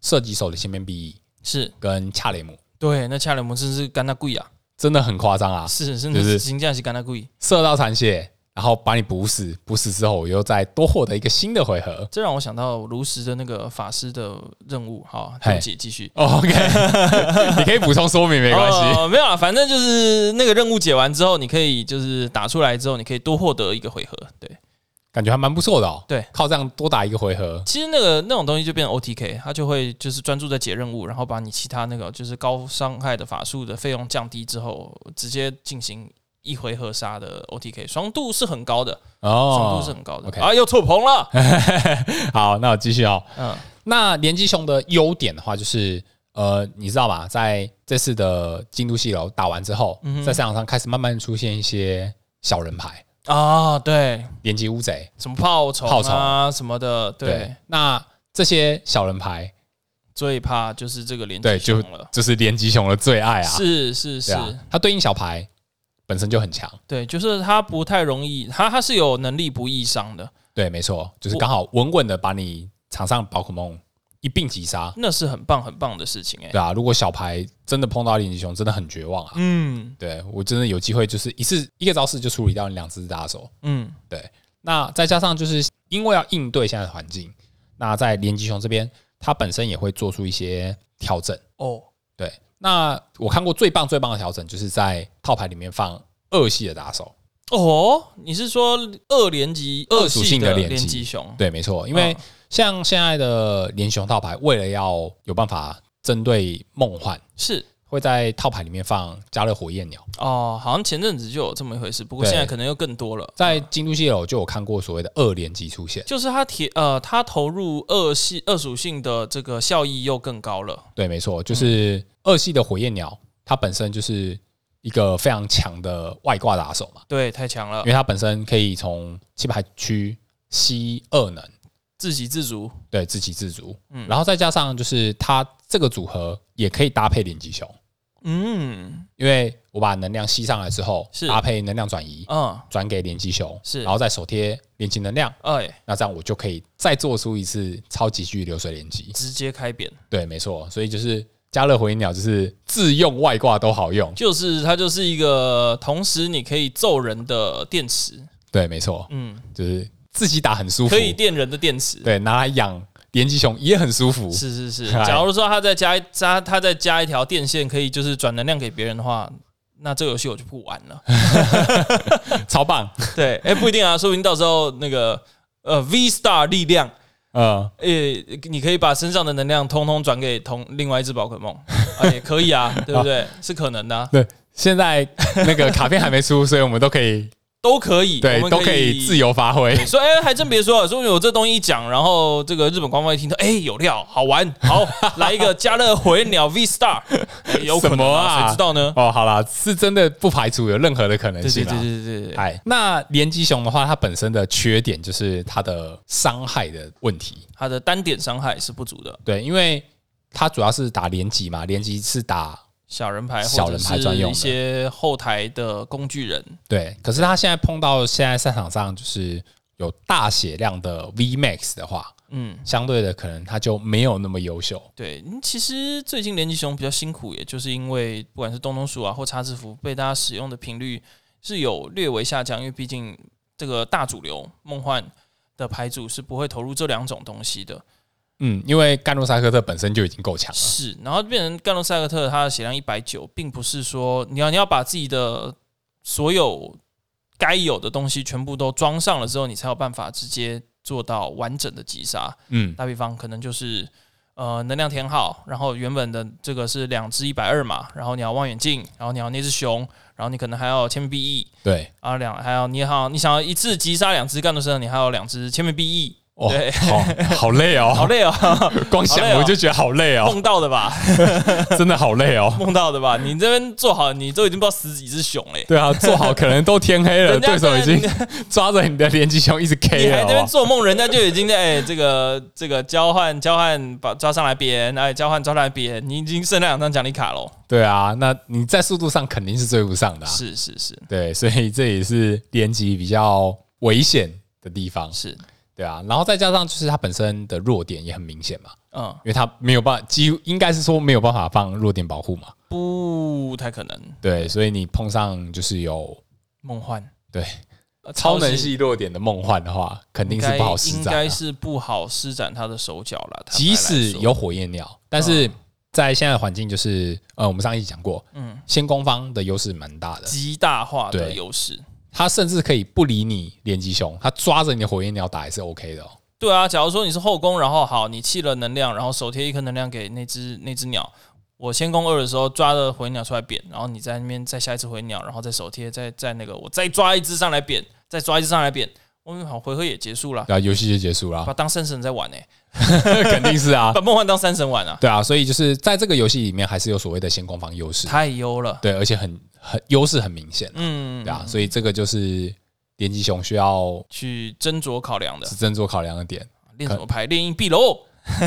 Speaker 2: 射击手的千面 BE
Speaker 1: 是
Speaker 2: 跟恰雷姆，
Speaker 1: 对，那恰雷姆真是干那贵啊，
Speaker 2: 真的很夸张啊！
Speaker 1: 是真
Speaker 2: 就
Speaker 1: 的
Speaker 2: 是
Speaker 1: 是金价是干那贵。
Speaker 2: 射到残血，然后把你补死，补死之后我又再多获得一个新的回合。
Speaker 1: 这让我想到炉石的那个法师的任务，好，
Speaker 2: 嘿
Speaker 1: 对不起，继续。
Speaker 2: 哦 OK，你 可以补充说明没关系。
Speaker 1: 哦，没有啦，反正就是那个任务解完之后，你可以就是打出来之后，你可以多获得一个回合。对，
Speaker 2: 感觉还蛮不错的哦。
Speaker 1: 对，
Speaker 2: 靠这样多打一个回合，
Speaker 1: 其实那个那种东西就变成 OTK，它就会就是专注在解任务，然后把你其他那个就是高伤害的法术的费用降低之后，直接进行一回合杀的 OTK，爽度是很高的，爽度是
Speaker 2: 哦，
Speaker 1: 很高的。
Speaker 2: OK 哎
Speaker 1: 啊，又错棚了，
Speaker 2: 好，那我继续哦。
Speaker 1: 嗯，
Speaker 2: 那连击熊的优点的话，就是呃，你知道吧，在这次的京都戏楼打完之后，
Speaker 1: 嗯哼
Speaker 2: 在赛场上开始慢慢出现一些小人牌，
Speaker 1: 啊，对，
Speaker 2: 连击乌贼。
Speaker 1: 什么炮虫
Speaker 2: 炮
Speaker 1: 啊
Speaker 2: 虫
Speaker 1: 什么的，对，
Speaker 2: 那这些小人牌，
Speaker 1: 最怕就是这个连
Speaker 2: 对，
Speaker 1: 击
Speaker 2: 就
Speaker 1: 熊了，
Speaker 2: 就是连击熊的最爱啊。
Speaker 1: 是是是
Speaker 2: 对，啊，它对应小牌本身就很强。
Speaker 1: 对，就是他不太容易，他他是有能力不易伤的，
Speaker 2: 对，没错，就是刚好稳稳的把你场上宝可梦一并击杀。
Speaker 1: 那是很棒很棒的事情哎、
Speaker 2: 对啊，如果小牌真的碰到林吉雄，真的很绝望啊。
Speaker 1: 嗯
Speaker 2: 对我真的有机会，就是一次一个招式就处理掉你两只大手。
Speaker 1: 嗯，
Speaker 2: 对，那再加上就是因为要应对现在的环境，那在连吉雄这边，他本身也会做出一些调整。
Speaker 1: 哦，
Speaker 2: 对，那我看过最棒最棒的调整，就是在套牌里面放二系的打手。
Speaker 1: 哦，你是说二连击
Speaker 2: 二
Speaker 1: 系
Speaker 2: 属性的
Speaker 1: 的
Speaker 2: 连击
Speaker 1: 连击熊？
Speaker 2: 对，没错，因为
Speaker 1: 嗯
Speaker 2: 像现在的连雄套牌，为了要有办法针对梦幻，
Speaker 1: 是
Speaker 2: 会在套牌里面放加热火焰鸟。
Speaker 1: 哦，好像前阵子就有这么一回事，不过
Speaker 2: 对
Speaker 1: 现在可能又更多了。
Speaker 2: 在京都系统就有看过所谓的二连击出现，
Speaker 1: 就是他铁呃，他投入二系二属性的这个效益又更高了。
Speaker 2: 对，没错，就是二系的火焰鸟，它本身就是一个非常强的外挂打手嘛，
Speaker 1: 对，太强了
Speaker 2: 因，为它本身可以从弃牌区吸二能，
Speaker 1: 自给自足。
Speaker 2: 对自给自足，
Speaker 1: 嗯
Speaker 2: 然后再加上就是它这个组合也可以搭配连击熊，
Speaker 1: 嗯
Speaker 2: 因为我把能量吸上来之后，
Speaker 1: 是
Speaker 2: 搭配能量转移。
Speaker 1: 嗯，
Speaker 2: 转给连击熊，
Speaker 1: 是
Speaker 2: 然后再手贴连击能量，
Speaker 1: 哎，
Speaker 2: 那这样我就可以再做出一次超级巨流水连击。
Speaker 1: 直接开扁，
Speaker 2: 对，没错，所以就是加热回音鸟，就是自用外挂都好用。
Speaker 1: 就是它就是一个同时你可以揍人的电池，
Speaker 2: 对，没错，
Speaker 1: 嗯，
Speaker 2: 就是自己打很舒服
Speaker 1: 可，以电人的电池。
Speaker 2: 对，拿来养连击熊也很舒服。
Speaker 1: 是是是，
Speaker 2: 哎
Speaker 1: 假如说他再加一加他再加一条电线，可以就是转能量给别人的话，那这个游戏我就不玩 了。
Speaker 2: 超棒。
Speaker 1: 对，哎、不一定啊，说不定到时候那个呃 V Star 力量，
Speaker 2: 嗯，
Speaker 1: 呃、你可以把身上的能量通通转给同另外一只宝可梦，啊，也可以啊，对不对？是可能的啊、
Speaker 2: 对，现在那个卡片还没出，所以我们都可以
Speaker 1: 都可以， 我
Speaker 2: 对
Speaker 1: 们
Speaker 2: 都可以自。由发挥。
Speaker 1: 说哎、还真别说啊，说有这东西一讲，然后这个日本官方一听到，哎、有料，好玩，好，来一个加勒回鸟 V Star，、哎有可
Speaker 2: 什
Speaker 1: 能
Speaker 2: 么
Speaker 1: 啊，
Speaker 2: 啊
Speaker 1: 谁知道呢？
Speaker 2: 哦，好啦，是真的不排除有任何的可能
Speaker 1: 对对
Speaker 2: 性
Speaker 1: 对
Speaker 2: 啦。
Speaker 1: 对对对，
Speaker 2: 哎，那连击熊的话，它本身的缺点就是它的伤害的问题。
Speaker 1: 它的单点伤害是不足的，
Speaker 2: 对，因为它主要是打连击嘛，连击是打
Speaker 1: 小人牌
Speaker 2: 小
Speaker 1: 或
Speaker 2: 人
Speaker 1: 者
Speaker 2: 牌专
Speaker 1: 是
Speaker 2: 用的
Speaker 1: 一些后台的工具人，
Speaker 2: 对，可是他现在碰到现在赛场上就是有大血量的 V Max 的话，
Speaker 1: 嗯。
Speaker 2: 相对的可能他就没有那么优秀。
Speaker 1: 对，嗯其实最近连击熊比较辛苦，也就是因为不管是东东鼠啊或叉字符被大家使用的频率是有略微下降，因为毕竟这个大主流梦幻的牌组是不会投入这两种东西的。
Speaker 2: 嗯，因为甘露萨克特本身就已经够强了。
Speaker 1: 是，然后变成盖洛塞克特他的血量一百九，并不是说你要你要把自己的所有该有的东西全部都装上了之后，你才有办法直接做到完整的击杀。
Speaker 2: 嗯，
Speaker 1: 打比方，可能就是呃能量填好，然后原本的这个是两只一百二嘛，然后你要望远镜，然后你要那只熊，然后你可能还要千面 BE，
Speaker 2: 对，
Speaker 1: 然后 E，啊两还有你好，你想要一次击杀两只干的时候，你还有两只千面 BE，
Speaker 2: 哦
Speaker 1: 对，
Speaker 2: 好 好累哦，
Speaker 1: E 好累哦，
Speaker 2: 光想
Speaker 1: 好累哦
Speaker 2: 我就觉得好累哦，
Speaker 1: 梦到的吧？
Speaker 2: 真的好累哦。
Speaker 1: 梦到的吧？你这边做好，你都已经不知道死几只熊嘞、
Speaker 2: 对啊，做好可能都天黑 了，
Speaker 1: 人家
Speaker 2: 对手已
Speaker 1: 在
Speaker 2: 经抓着你的连击熊一直
Speaker 1: 你
Speaker 2: K
Speaker 1: 还在那
Speaker 2: 了
Speaker 1: 边
Speaker 2: 哦。
Speaker 1: 做梦，人家就已经在哎、这个这个交换交换把抓上来别人，哎交换抓上来别人，你已经剩那两张奖励卡喽。
Speaker 2: 对啊，那你在速度上肯定是追不上的、啊。
Speaker 1: 是是是
Speaker 2: 对，所以这也是连击比较危险的地方。
Speaker 1: 是，
Speaker 2: 对啊，然后再加上就是它本身的弱点也很明显嘛，
Speaker 1: 嗯，
Speaker 2: 因为它没有办法，几乎应该是说没有办法放弱点保护嘛。
Speaker 1: 不太可能。
Speaker 2: 对，所以你碰上就是有
Speaker 1: 梦幻
Speaker 2: 对
Speaker 1: 呃
Speaker 2: 超能
Speaker 1: 级
Speaker 2: 系弱点的梦幻的话，肯定
Speaker 1: 应
Speaker 2: 是
Speaker 1: 该
Speaker 2: 不好施
Speaker 1: 应
Speaker 2: 展
Speaker 1: 该
Speaker 2: 啊。
Speaker 1: 是不好施展他的手脚了。坦白
Speaker 2: 即使
Speaker 1: 来说
Speaker 2: 有火焰鸟，但是在现在的环境，就是呃，我们上一集讲过，
Speaker 1: 嗯
Speaker 2: 先攻方的优势蛮大的，
Speaker 1: 极大化的
Speaker 2: 对
Speaker 1: 优势，
Speaker 2: 他甚至可以不理你连击熊，他抓着你的火焰鸟打也是 OK 的、哦。
Speaker 1: 对啊。假如说你是后宫，然后好，你弃了能量，然后手贴一颗能量给那只那只鸟。我先攻二的时候抓着回鸟出来扁，然后你在那边再下一次回鸟，然后再手贴，再再那个，我再抓一只上来扁，再抓一只上来扁，我们好回合也结束了，
Speaker 2: 对啊，游戏就结束了
Speaker 1: 把，它当三神在玩呢、欸
Speaker 2: 肯定是啊，
Speaker 1: 把梦幻当三神玩啊，
Speaker 2: 对啊，所以就是在这个游戏里面，还是有所谓的先攻方优势。
Speaker 1: 太优了，
Speaker 2: 对，而且很很优势很明显，
Speaker 1: 嗯，
Speaker 2: 对啊，所以这个就是连击熊需要
Speaker 1: 去斟酌考量的
Speaker 2: 是，真做考量的点。
Speaker 1: 练什么牌？练硬币喽。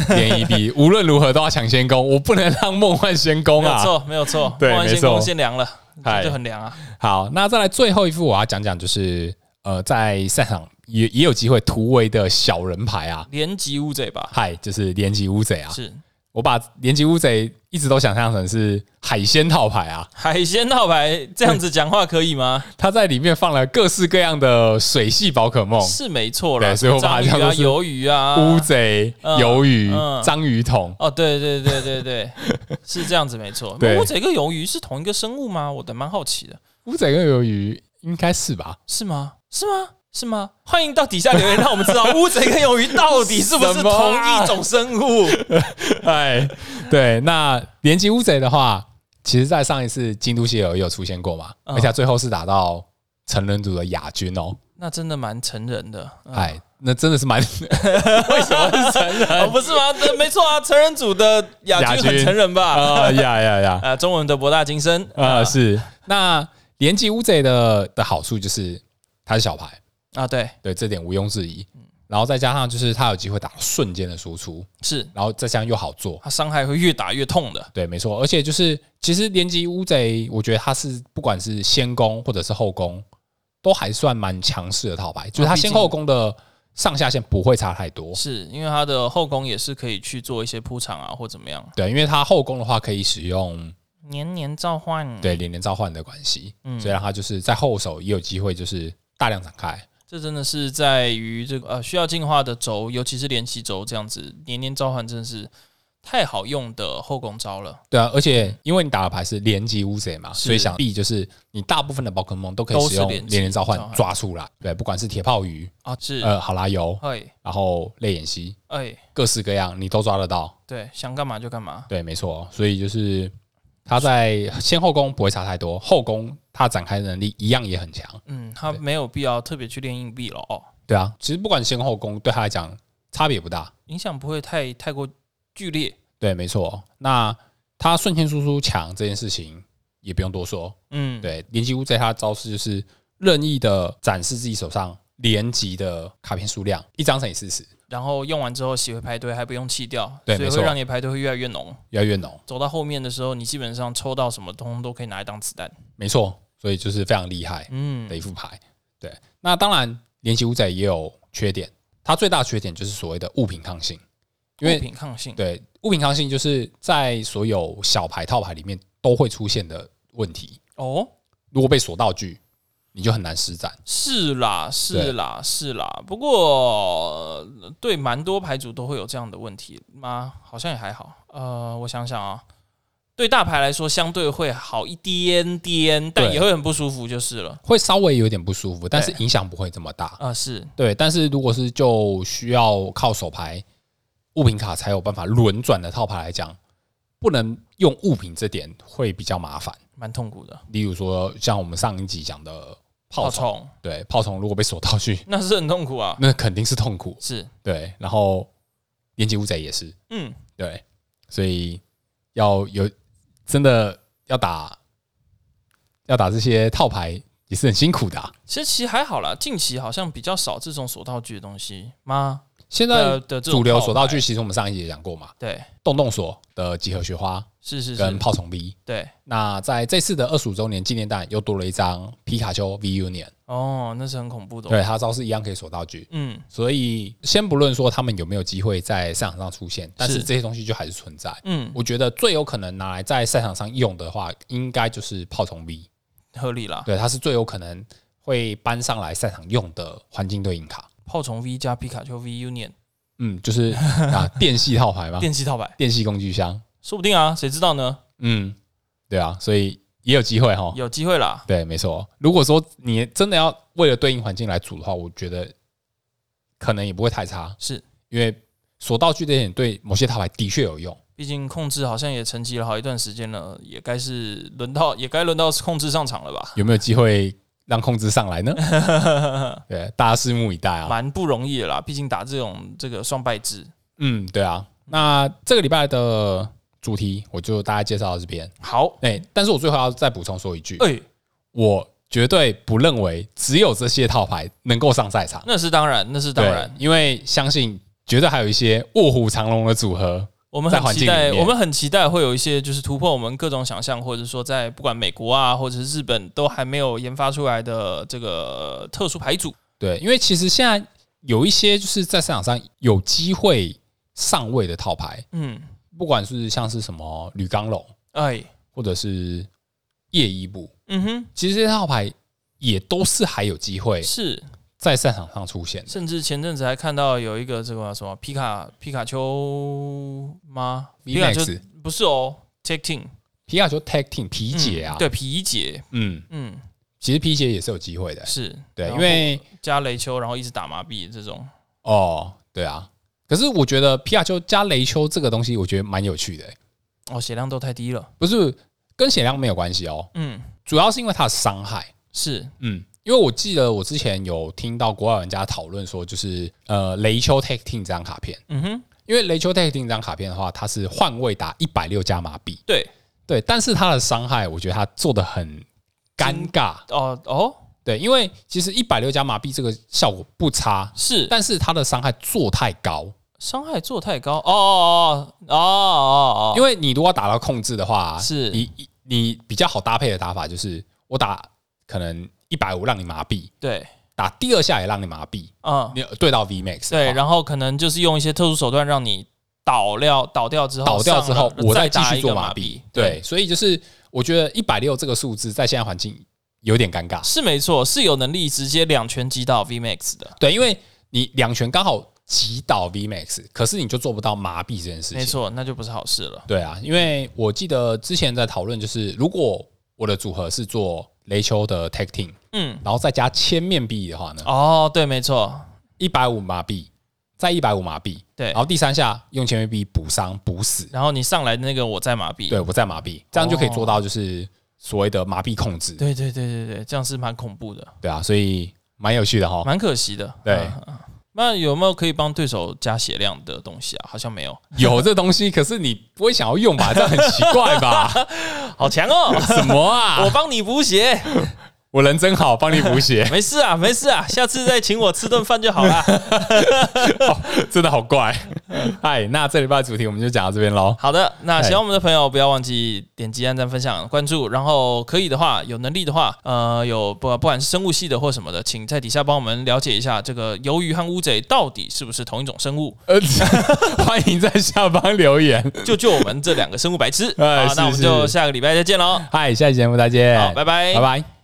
Speaker 2: 连一比无论如何都要抢先攻，我不能让梦幻先攻
Speaker 1: 没有
Speaker 2: 啊。
Speaker 1: 错，没有错，
Speaker 2: 对
Speaker 1: 梦幻
Speaker 2: 没
Speaker 1: 仙
Speaker 2: 错
Speaker 1: 宫先凉了，
Speaker 2: 嗨
Speaker 1: 就很凉啊。
Speaker 2: 好，那再来最后一副，我要讲讲就是呃，在赛场也也有机会突围的小人牌啊，
Speaker 1: 连级乌贼吧，
Speaker 2: 嗨，就是连级乌贼啊，
Speaker 1: 是
Speaker 2: 我把连级乌贼一直都想象成是海鲜套牌啊，
Speaker 1: 海鲜套牌这样子讲话可以 吗？
Speaker 2: 它在里面放了各式各样的水系宝可梦，
Speaker 1: 是没错啦，
Speaker 2: 哦对所以我把它
Speaker 1: 章鱼
Speaker 2: 叫
Speaker 1: 啊、
Speaker 2: 做是
Speaker 1: 鱿鱼啊、
Speaker 2: 乌贼、
Speaker 1: 嗯
Speaker 2: 鱿鱼
Speaker 1: 嗯、
Speaker 2: 章鱼桶，
Speaker 1: 哦，对对对对对， 是这样子没错。
Speaker 2: 对
Speaker 1: 乌贼跟鱿鱼是同一个生物吗？我的蛮好奇的，
Speaker 2: 乌贼跟鱿鱼应该是吧？
Speaker 1: 是吗？是吗？是吗？欢迎到底下留言，让我们知道乌贼跟鱿鱼到底是不是
Speaker 2: 什么
Speaker 1: 同
Speaker 2: 啊
Speaker 1: 一种生物。
Speaker 2: 哎，对，那连级乌贼的话，其实在上一次京都西尔也有出现过嘛，
Speaker 1: 嗯
Speaker 2: 而且它最后是打到成人组的亚军哦。
Speaker 1: 那真的蛮成人的，嗯
Speaker 2: 哎，那真的是蛮为什么是成人
Speaker 1: 哦，不是 吗？对，没错啊，成人组的亚
Speaker 2: 亚
Speaker 1: 军
Speaker 2: 军
Speaker 1: 很成人吧？
Speaker 2: 啊？呀呀呀！
Speaker 1: 呃，中文的博大精深
Speaker 2: 啊，是那连级乌贼的的好处就是它是小牌，
Speaker 1: 啊，对，
Speaker 2: 对这点毋庸置疑。然后再加上就是它有机会打瞬间的输出，
Speaker 1: 是
Speaker 2: 然后再加上又好做，
Speaker 1: 它伤害会越打越痛的。
Speaker 2: 对，没错。而且就是，其实连级乌贼，我觉得它是不管是先攻或者是后攻，都还算蛮强势的套牌，就是它
Speaker 1: 哦毕竟
Speaker 2: 先后攻的上下限不会差太多。
Speaker 1: 是因为它的后宫也是可以去做一些铺场啊，或怎么样，
Speaker 2: 对，因为它后攻的话可以使
Speaker 1: 嗯
Speaker 2: 用
Speaker 1: 年年召唤，，嗯
Speaker 2: 对连连召唤的关系，所以让它就是啊在后手也有机会就是大量展开。
Speaker 1: 这真的是在于这个呃需要进化的轴，尤其是连击轴这样子，年年召唤真的是太好用的后宫招了，
Speaker 2: 对啊，而且因为你打的牌是连级乌贼嘛，
Speaker 1: 嗯是
Speaker 2: 所以想必就是你大部分的宝可梦都可以
Speaker 1: 都是
Speaker 2: 使用
Speaker 1: 连
Speaker 2: 连
Speaker 1: 击
Speaker 2: 连召唤
Speaker 1: 召唤
Speaker 2: 抓出来。对，不管是铁炮鱼、
Speaker 1: 啊，是，
Speaker 2: 呃好拉油，
Speaker 1: 哎
Speaker 2: 然后泪眼蜥，
Speaker 1: 哎，
Speaker 2: 各式各样你都抓得到。
Speaker 1: 对，想干嘛就干嘛，
Speaker 2: 对，没错，哦所以就是他在先后攻不会差太多，后攻他展开能力一样也很强。
Speaker 1: 嗯，他没有必要特别去练硬币了哦，
Speaker 2: 对啊，其实不管先后攻对他来讲差别不大。
Speaker 1: 影响不会太太过剧烈，
Speaker 2: 对，没错。哦那他瞬间输出强这件事情也不用多说。
Speaker 1: 嗯，
Speaker 2: 对，连击乌贼他的招式就是任意的展示自己手上连击的卡片数量，一张乘以四十，
Speaker 1: 然后用完之后洗回排队还不用弃掉，
Speaker 2: 对
Speaker 1: 所以
Speaker 2: 没
Speaker 1: 会
Speaker 2: 错
Speaker 1: 让你的排队会越来越浓。
Speaker 2: 越来越浓。
Speaker 1: 走到后面的时候，你基本上抽到什么通通都可以拿来当子弹。
Speaker 2: 没错，所以就是非常厉害。
Speaker 1: 嗯
Speaker 2: 的，一副牌。对，那当然，连击乌贼也有缺点，它最大的缺点就是所谓的物品抗性，因
Speaker 1: 物
Speaker 2: 为
Speaker 1: 品抗性，
Speaker 2: 对物品抗性就是在所有小牌套牌里面都会出现的问题。
Speaker 1: 哦，
Speaker 2: 如果被锁道具，你就很难施展。
Speaker 1: 是啦，是
Speaker 2: 对
Speaker 1: 啦，是啦。不过呃对蛮多牌组都会有这样的问题吗？好像也还好。呃，我想想啊，对大牌来说相对会好一点点，但
Speaker 2: 对
Speaker 1: 也会很不舒服，就是了。
Speaker 2: 会稍微有点不舒服，但是影响不会这么大。
Speaker 1: 啊、是
Speaker 2: 对，但是如果是就需要靠手牌物品卡才有办法轮转的套牌来讲，不能用物品这点会比较麻烦。
Speaker 1: 蛮痛苦的。
Speaker 2: 例如说，像我们上一集讲的炮
Speaker 1: 好
Speaker 2: 筒。
Speaker 1: 痛，
Speaker 2: 对，炮筒如果被锁道具，
Speaker 1: 那是很痛苦啊。
Speaker 2: 那肯定是痛苦。
Speaker 1: 是，
Speaker 2: 对，然后连击乌贼也是，
Speaker 1: 嗯，
Speaker 2: 对，所以要有真的要打要打这些套牌也是很辛苦的啊、
Speaker 1: 其实其实还好啦，近期好像比较少这种锁道具的东西吗？
Speaker 2: 现
Speaker 1: 的
Speaker 2: 在
Speaker 1: 的这种
Speaker 2: 主流
Speaker 1: 套
Speaker 2: 锁
Speaker 1: 牌
Speaker 2: 道具，其实我们上一集也讲过嘛，
Speaker 1: 对，
Speaker 2: 洞洞锁的集合雪花
Speaker 1: 是是
Speaker 2: 跟
Speaker 1: 是，
Speaker 2: 炮筒 V。
Speaker 1: 对，
Speaker 2: 那在这次的二十五周年纪念蛋又多了一张皮卡丘 V Union，
Speaker 1: 哦，那是很恐怖的、哦。
Speaker 2: 对，它招式一样可以锁道具。
Speaker 1: 嗯
Speaker 2: 所以先不论说他们有没有机会在赛场上出现，但是
Speaker 1: 是
Speaker 2: 这些东西就还是存在。
Speaker 1: 嗯，
Speaker 2: 我觉得最有可能拿来在赛场上用的话，应该就是炮筒 V，
Speaker 1: 合理啦。
Speaker 2: 对，它是最有可能会搬上来赛场用的环境对应卡。
Speaker 1: 炮虫 V 加皮卡丘 V Union
Speaker 2: 嗯，就是 啊，电系套牌嘛，
Speaker 1: 电器套牌，
Speaker 2: 电系工具箱。
Speaker 1: 说不定啊，谁知道呢？
Speaker 2: 嗯，对啊，所以也有机会哈。
Speaker 1: 有机会啦。
Speaker 2: 对，没错。如果说你真的要为了对应环境来组的话，我觉得可能也不会太差，
Speaker 1: 是，
Speaker 2: 因为锁道具这点对某些套牌的确有用。
Speaker 1: 毕竟控制好像也沉寂了好一段时间了，也该是轮到， 也该轮到控制上场了吧？
Speaker 2: 有没有机会让控制上 来呢？对，大家拭目以待啊。
Speaker 1: 蛮不容易的啦，毕竟打这种这个双败制。
Speaker 2: 嗯，对啊。那这个礼拜的主题我就大概介绍到这边。
Speaker 1: 好，
Speaker 2: 哎、但是我最后要再补充说一句，
Speaker 1: 哎、
Speaker 2: 我绝对不认为只有这些套牌能够上赛场。
Speaker 1: 那是当然，那是当
Speaker 2: 对
Speaker 1: 然。
Speaker 2: 因为相信绝对还有一些卧虎藏龙的组合。
Speaker 1: 我们
Speaker 2: 在
Speaker 1: 很
Speaker 2: 环
Speaker 1: 期
Speaker 2: 境里
Speaker 1: 待，
Speaker 2: 面
Speaker 1: 我们很期待会有一些就是突破我们各种想象，或者说在不管美国啊，或者是日本都还没有研发出来的这个特殊牌组。
Speaker 2: 对，因为其实现在有一些就是在市场上有机会上位的套牌，
Speaker 1: 嗯，
Speaker 2: 不管是像是什么铝钢龙，
Speaker 1: 哎，
Speaker 2: 或者是夜一步，
Speaker 1: 嗯哼，
Speaker 2: 其实这些套牌也都是还有机会
Speaker 1: 是。
Speaker 2: 在赛场上出现的。
Speaker 1: 甚至前阵子还看到有一个这个什么皮卡皮卡丘吗？皮卡丘
Speaker 2: VMAX
Speaker 1: 不是哦，Take Team 嗯
Speaker 2: 皮卡丘 Tag Team 皮姐啊，
Speaker 1: 对皮姐，
Speaker 2: 嗯，
Speaker 1: 嗯，
Speaker 2: 其实皮姐也是有机会的，
Speaker 1: 是
Speaker 2: 对，
Speaker 1: 然
Speaker 2: 因
Speaker 1: 后
Speaker 2: 为
Speaker 1: 加雷丘，然后一直打麻痹这种，
Speaker 2: 哦，对啊。可是我觉得皮卡丘加雷丘这个东西，我觉得蛮有趣的、欸
Speaker 1: 哦，血量都太低了，
Speaker 2: 不是跟血量没有关系哦，
Speaker 1: 嗯，
Speaker 2: 主要是因为它的伤害。
Speaker 1: 是，
Speaker 2: 嗯，因为我记得我之前有听到国外玩家讨论说，就是呃雷丘 Tag Team 这张卡片，
Speaker 1: 嗯哼，
Speaker 2: 因为雷丘 Tag Team 这张卡片的话，它是换位打一百六加麻痹，
Speaker 1: 对，
Speaker 2: 对，但是它的伤害，我觉得它做的很尴尬，
Speaker 1: 哦哦，
Speaker 2: 对，因为其实一百六加麻痹这个效果不差，
Speaker 1: 是
Speaker 2: 但是它的伤害做太高，
Speaker 1: 伤害做太高，哦哦哦哦哦哦，
Speaker 2: 因为你如果打到控制的话，
Speaker 1: 是
Speaker 2: 你你你比较好搭配的打法就是我打可能一百五让你麻痹，
Speaker 1: 对，
Speaker 2: 打第二下也让你麻痹，
Speaker 1: 嗯，
Speaker 2: 你对到 V Max
Speaker 1: 对，
Speaker 2: 后
Speaker 1: 然后可能就是用一些特殊手段让你倒掉倒掉之后
Speaker 2: 倒掉之后
Speaker 1: 上了
Speaker 2: 我再继
Speaker 1: 打
Speaker 2: 续
Speaker 1: 一
Speaker 2: 做
Speaker 1: 个
Speaker 2: 麻
Speaker 1: 麻
Speaker 2: 痹，对，所以就是我觉得一百六这个数字在现在环境有点尴尬，
Speaker 1: 是没错，是有能力直接两拳击倒 VMAX 的，
Speaker 2: 对，因为你两拳刚好击倒 V Max，可是你就做不到麻痹这件事情，
Speaker 1: 没错，那就不是好事了。
Speaker 2: 对啊，因为我记得之前在讨论，就是如果我的组合是做雷丘的 tag team，
Speaker 1: 嗯，
Speaker 2: 然后再加千面币的话呢，
Speaker 1: 哦，对，没错，
Speaker 2: 一百五麻痹，再一百五麻痹，
Speaker 1: 对
Speaker 2: 然。后第三下用千面币补伤补死，
Speaker 1: 然后你上来的那个我再麻痹，
Speaker 2: 对我再麻痹，这样就可以做到就是所谓的麻痹控制，
Speaker 1: 对对对对对，这样是蛮恐怖的，
Speaker 2: 对啊，所以蛮有趣的哈。
Speaker 1: 蛮可惜的。
Speaker 2: 对
Speaker 1: 嗯，嗯那有没有可以帮对手加血量的东西啊？好像没有，
Speaker 2: 有这东西，可是你不会想要用吧？这样很奇 怪吧？
Speaker 1: 好强 哦！
Speaker 2: 什么
Speaker 1: 我
Speaker 2: 啊？
Speaker 1: 帮你补血，
Speaker 2: 我人真好，帮你补血，
Speaker 1: 没事啊，没事啊，下次再请我吃顿饭就好 啦。
Speaker 2: 真的好怪。嗨，那这礼拜的主题我们就讲到这边喽。
Speaker 1: 好的，那
Speaker 2: 哎
Speaker 1: 喜欢我们的朋友不要忘记点击、按赞、分享、关注，然后可以的话，有能力的话，呃，有不不管是生物系的或什么的，请在底下帮我们了解一下这个鱿鱼和乌贼到底是不是同一种生物，
Speaker 2: 呃， 欢迎在下方留言。
Speaker 1: 救救我们这两个生物白痴。好，
Speaker 2: 哎
Speaker 1: 那我们
Speaker 2: 是哎
Speaker 1: 就是下个礼拜再见喽。
Speaker 2: 嗨，下期节目再见，
Speaker 1: 好，拜拜，
Speaker 2: 拜拜。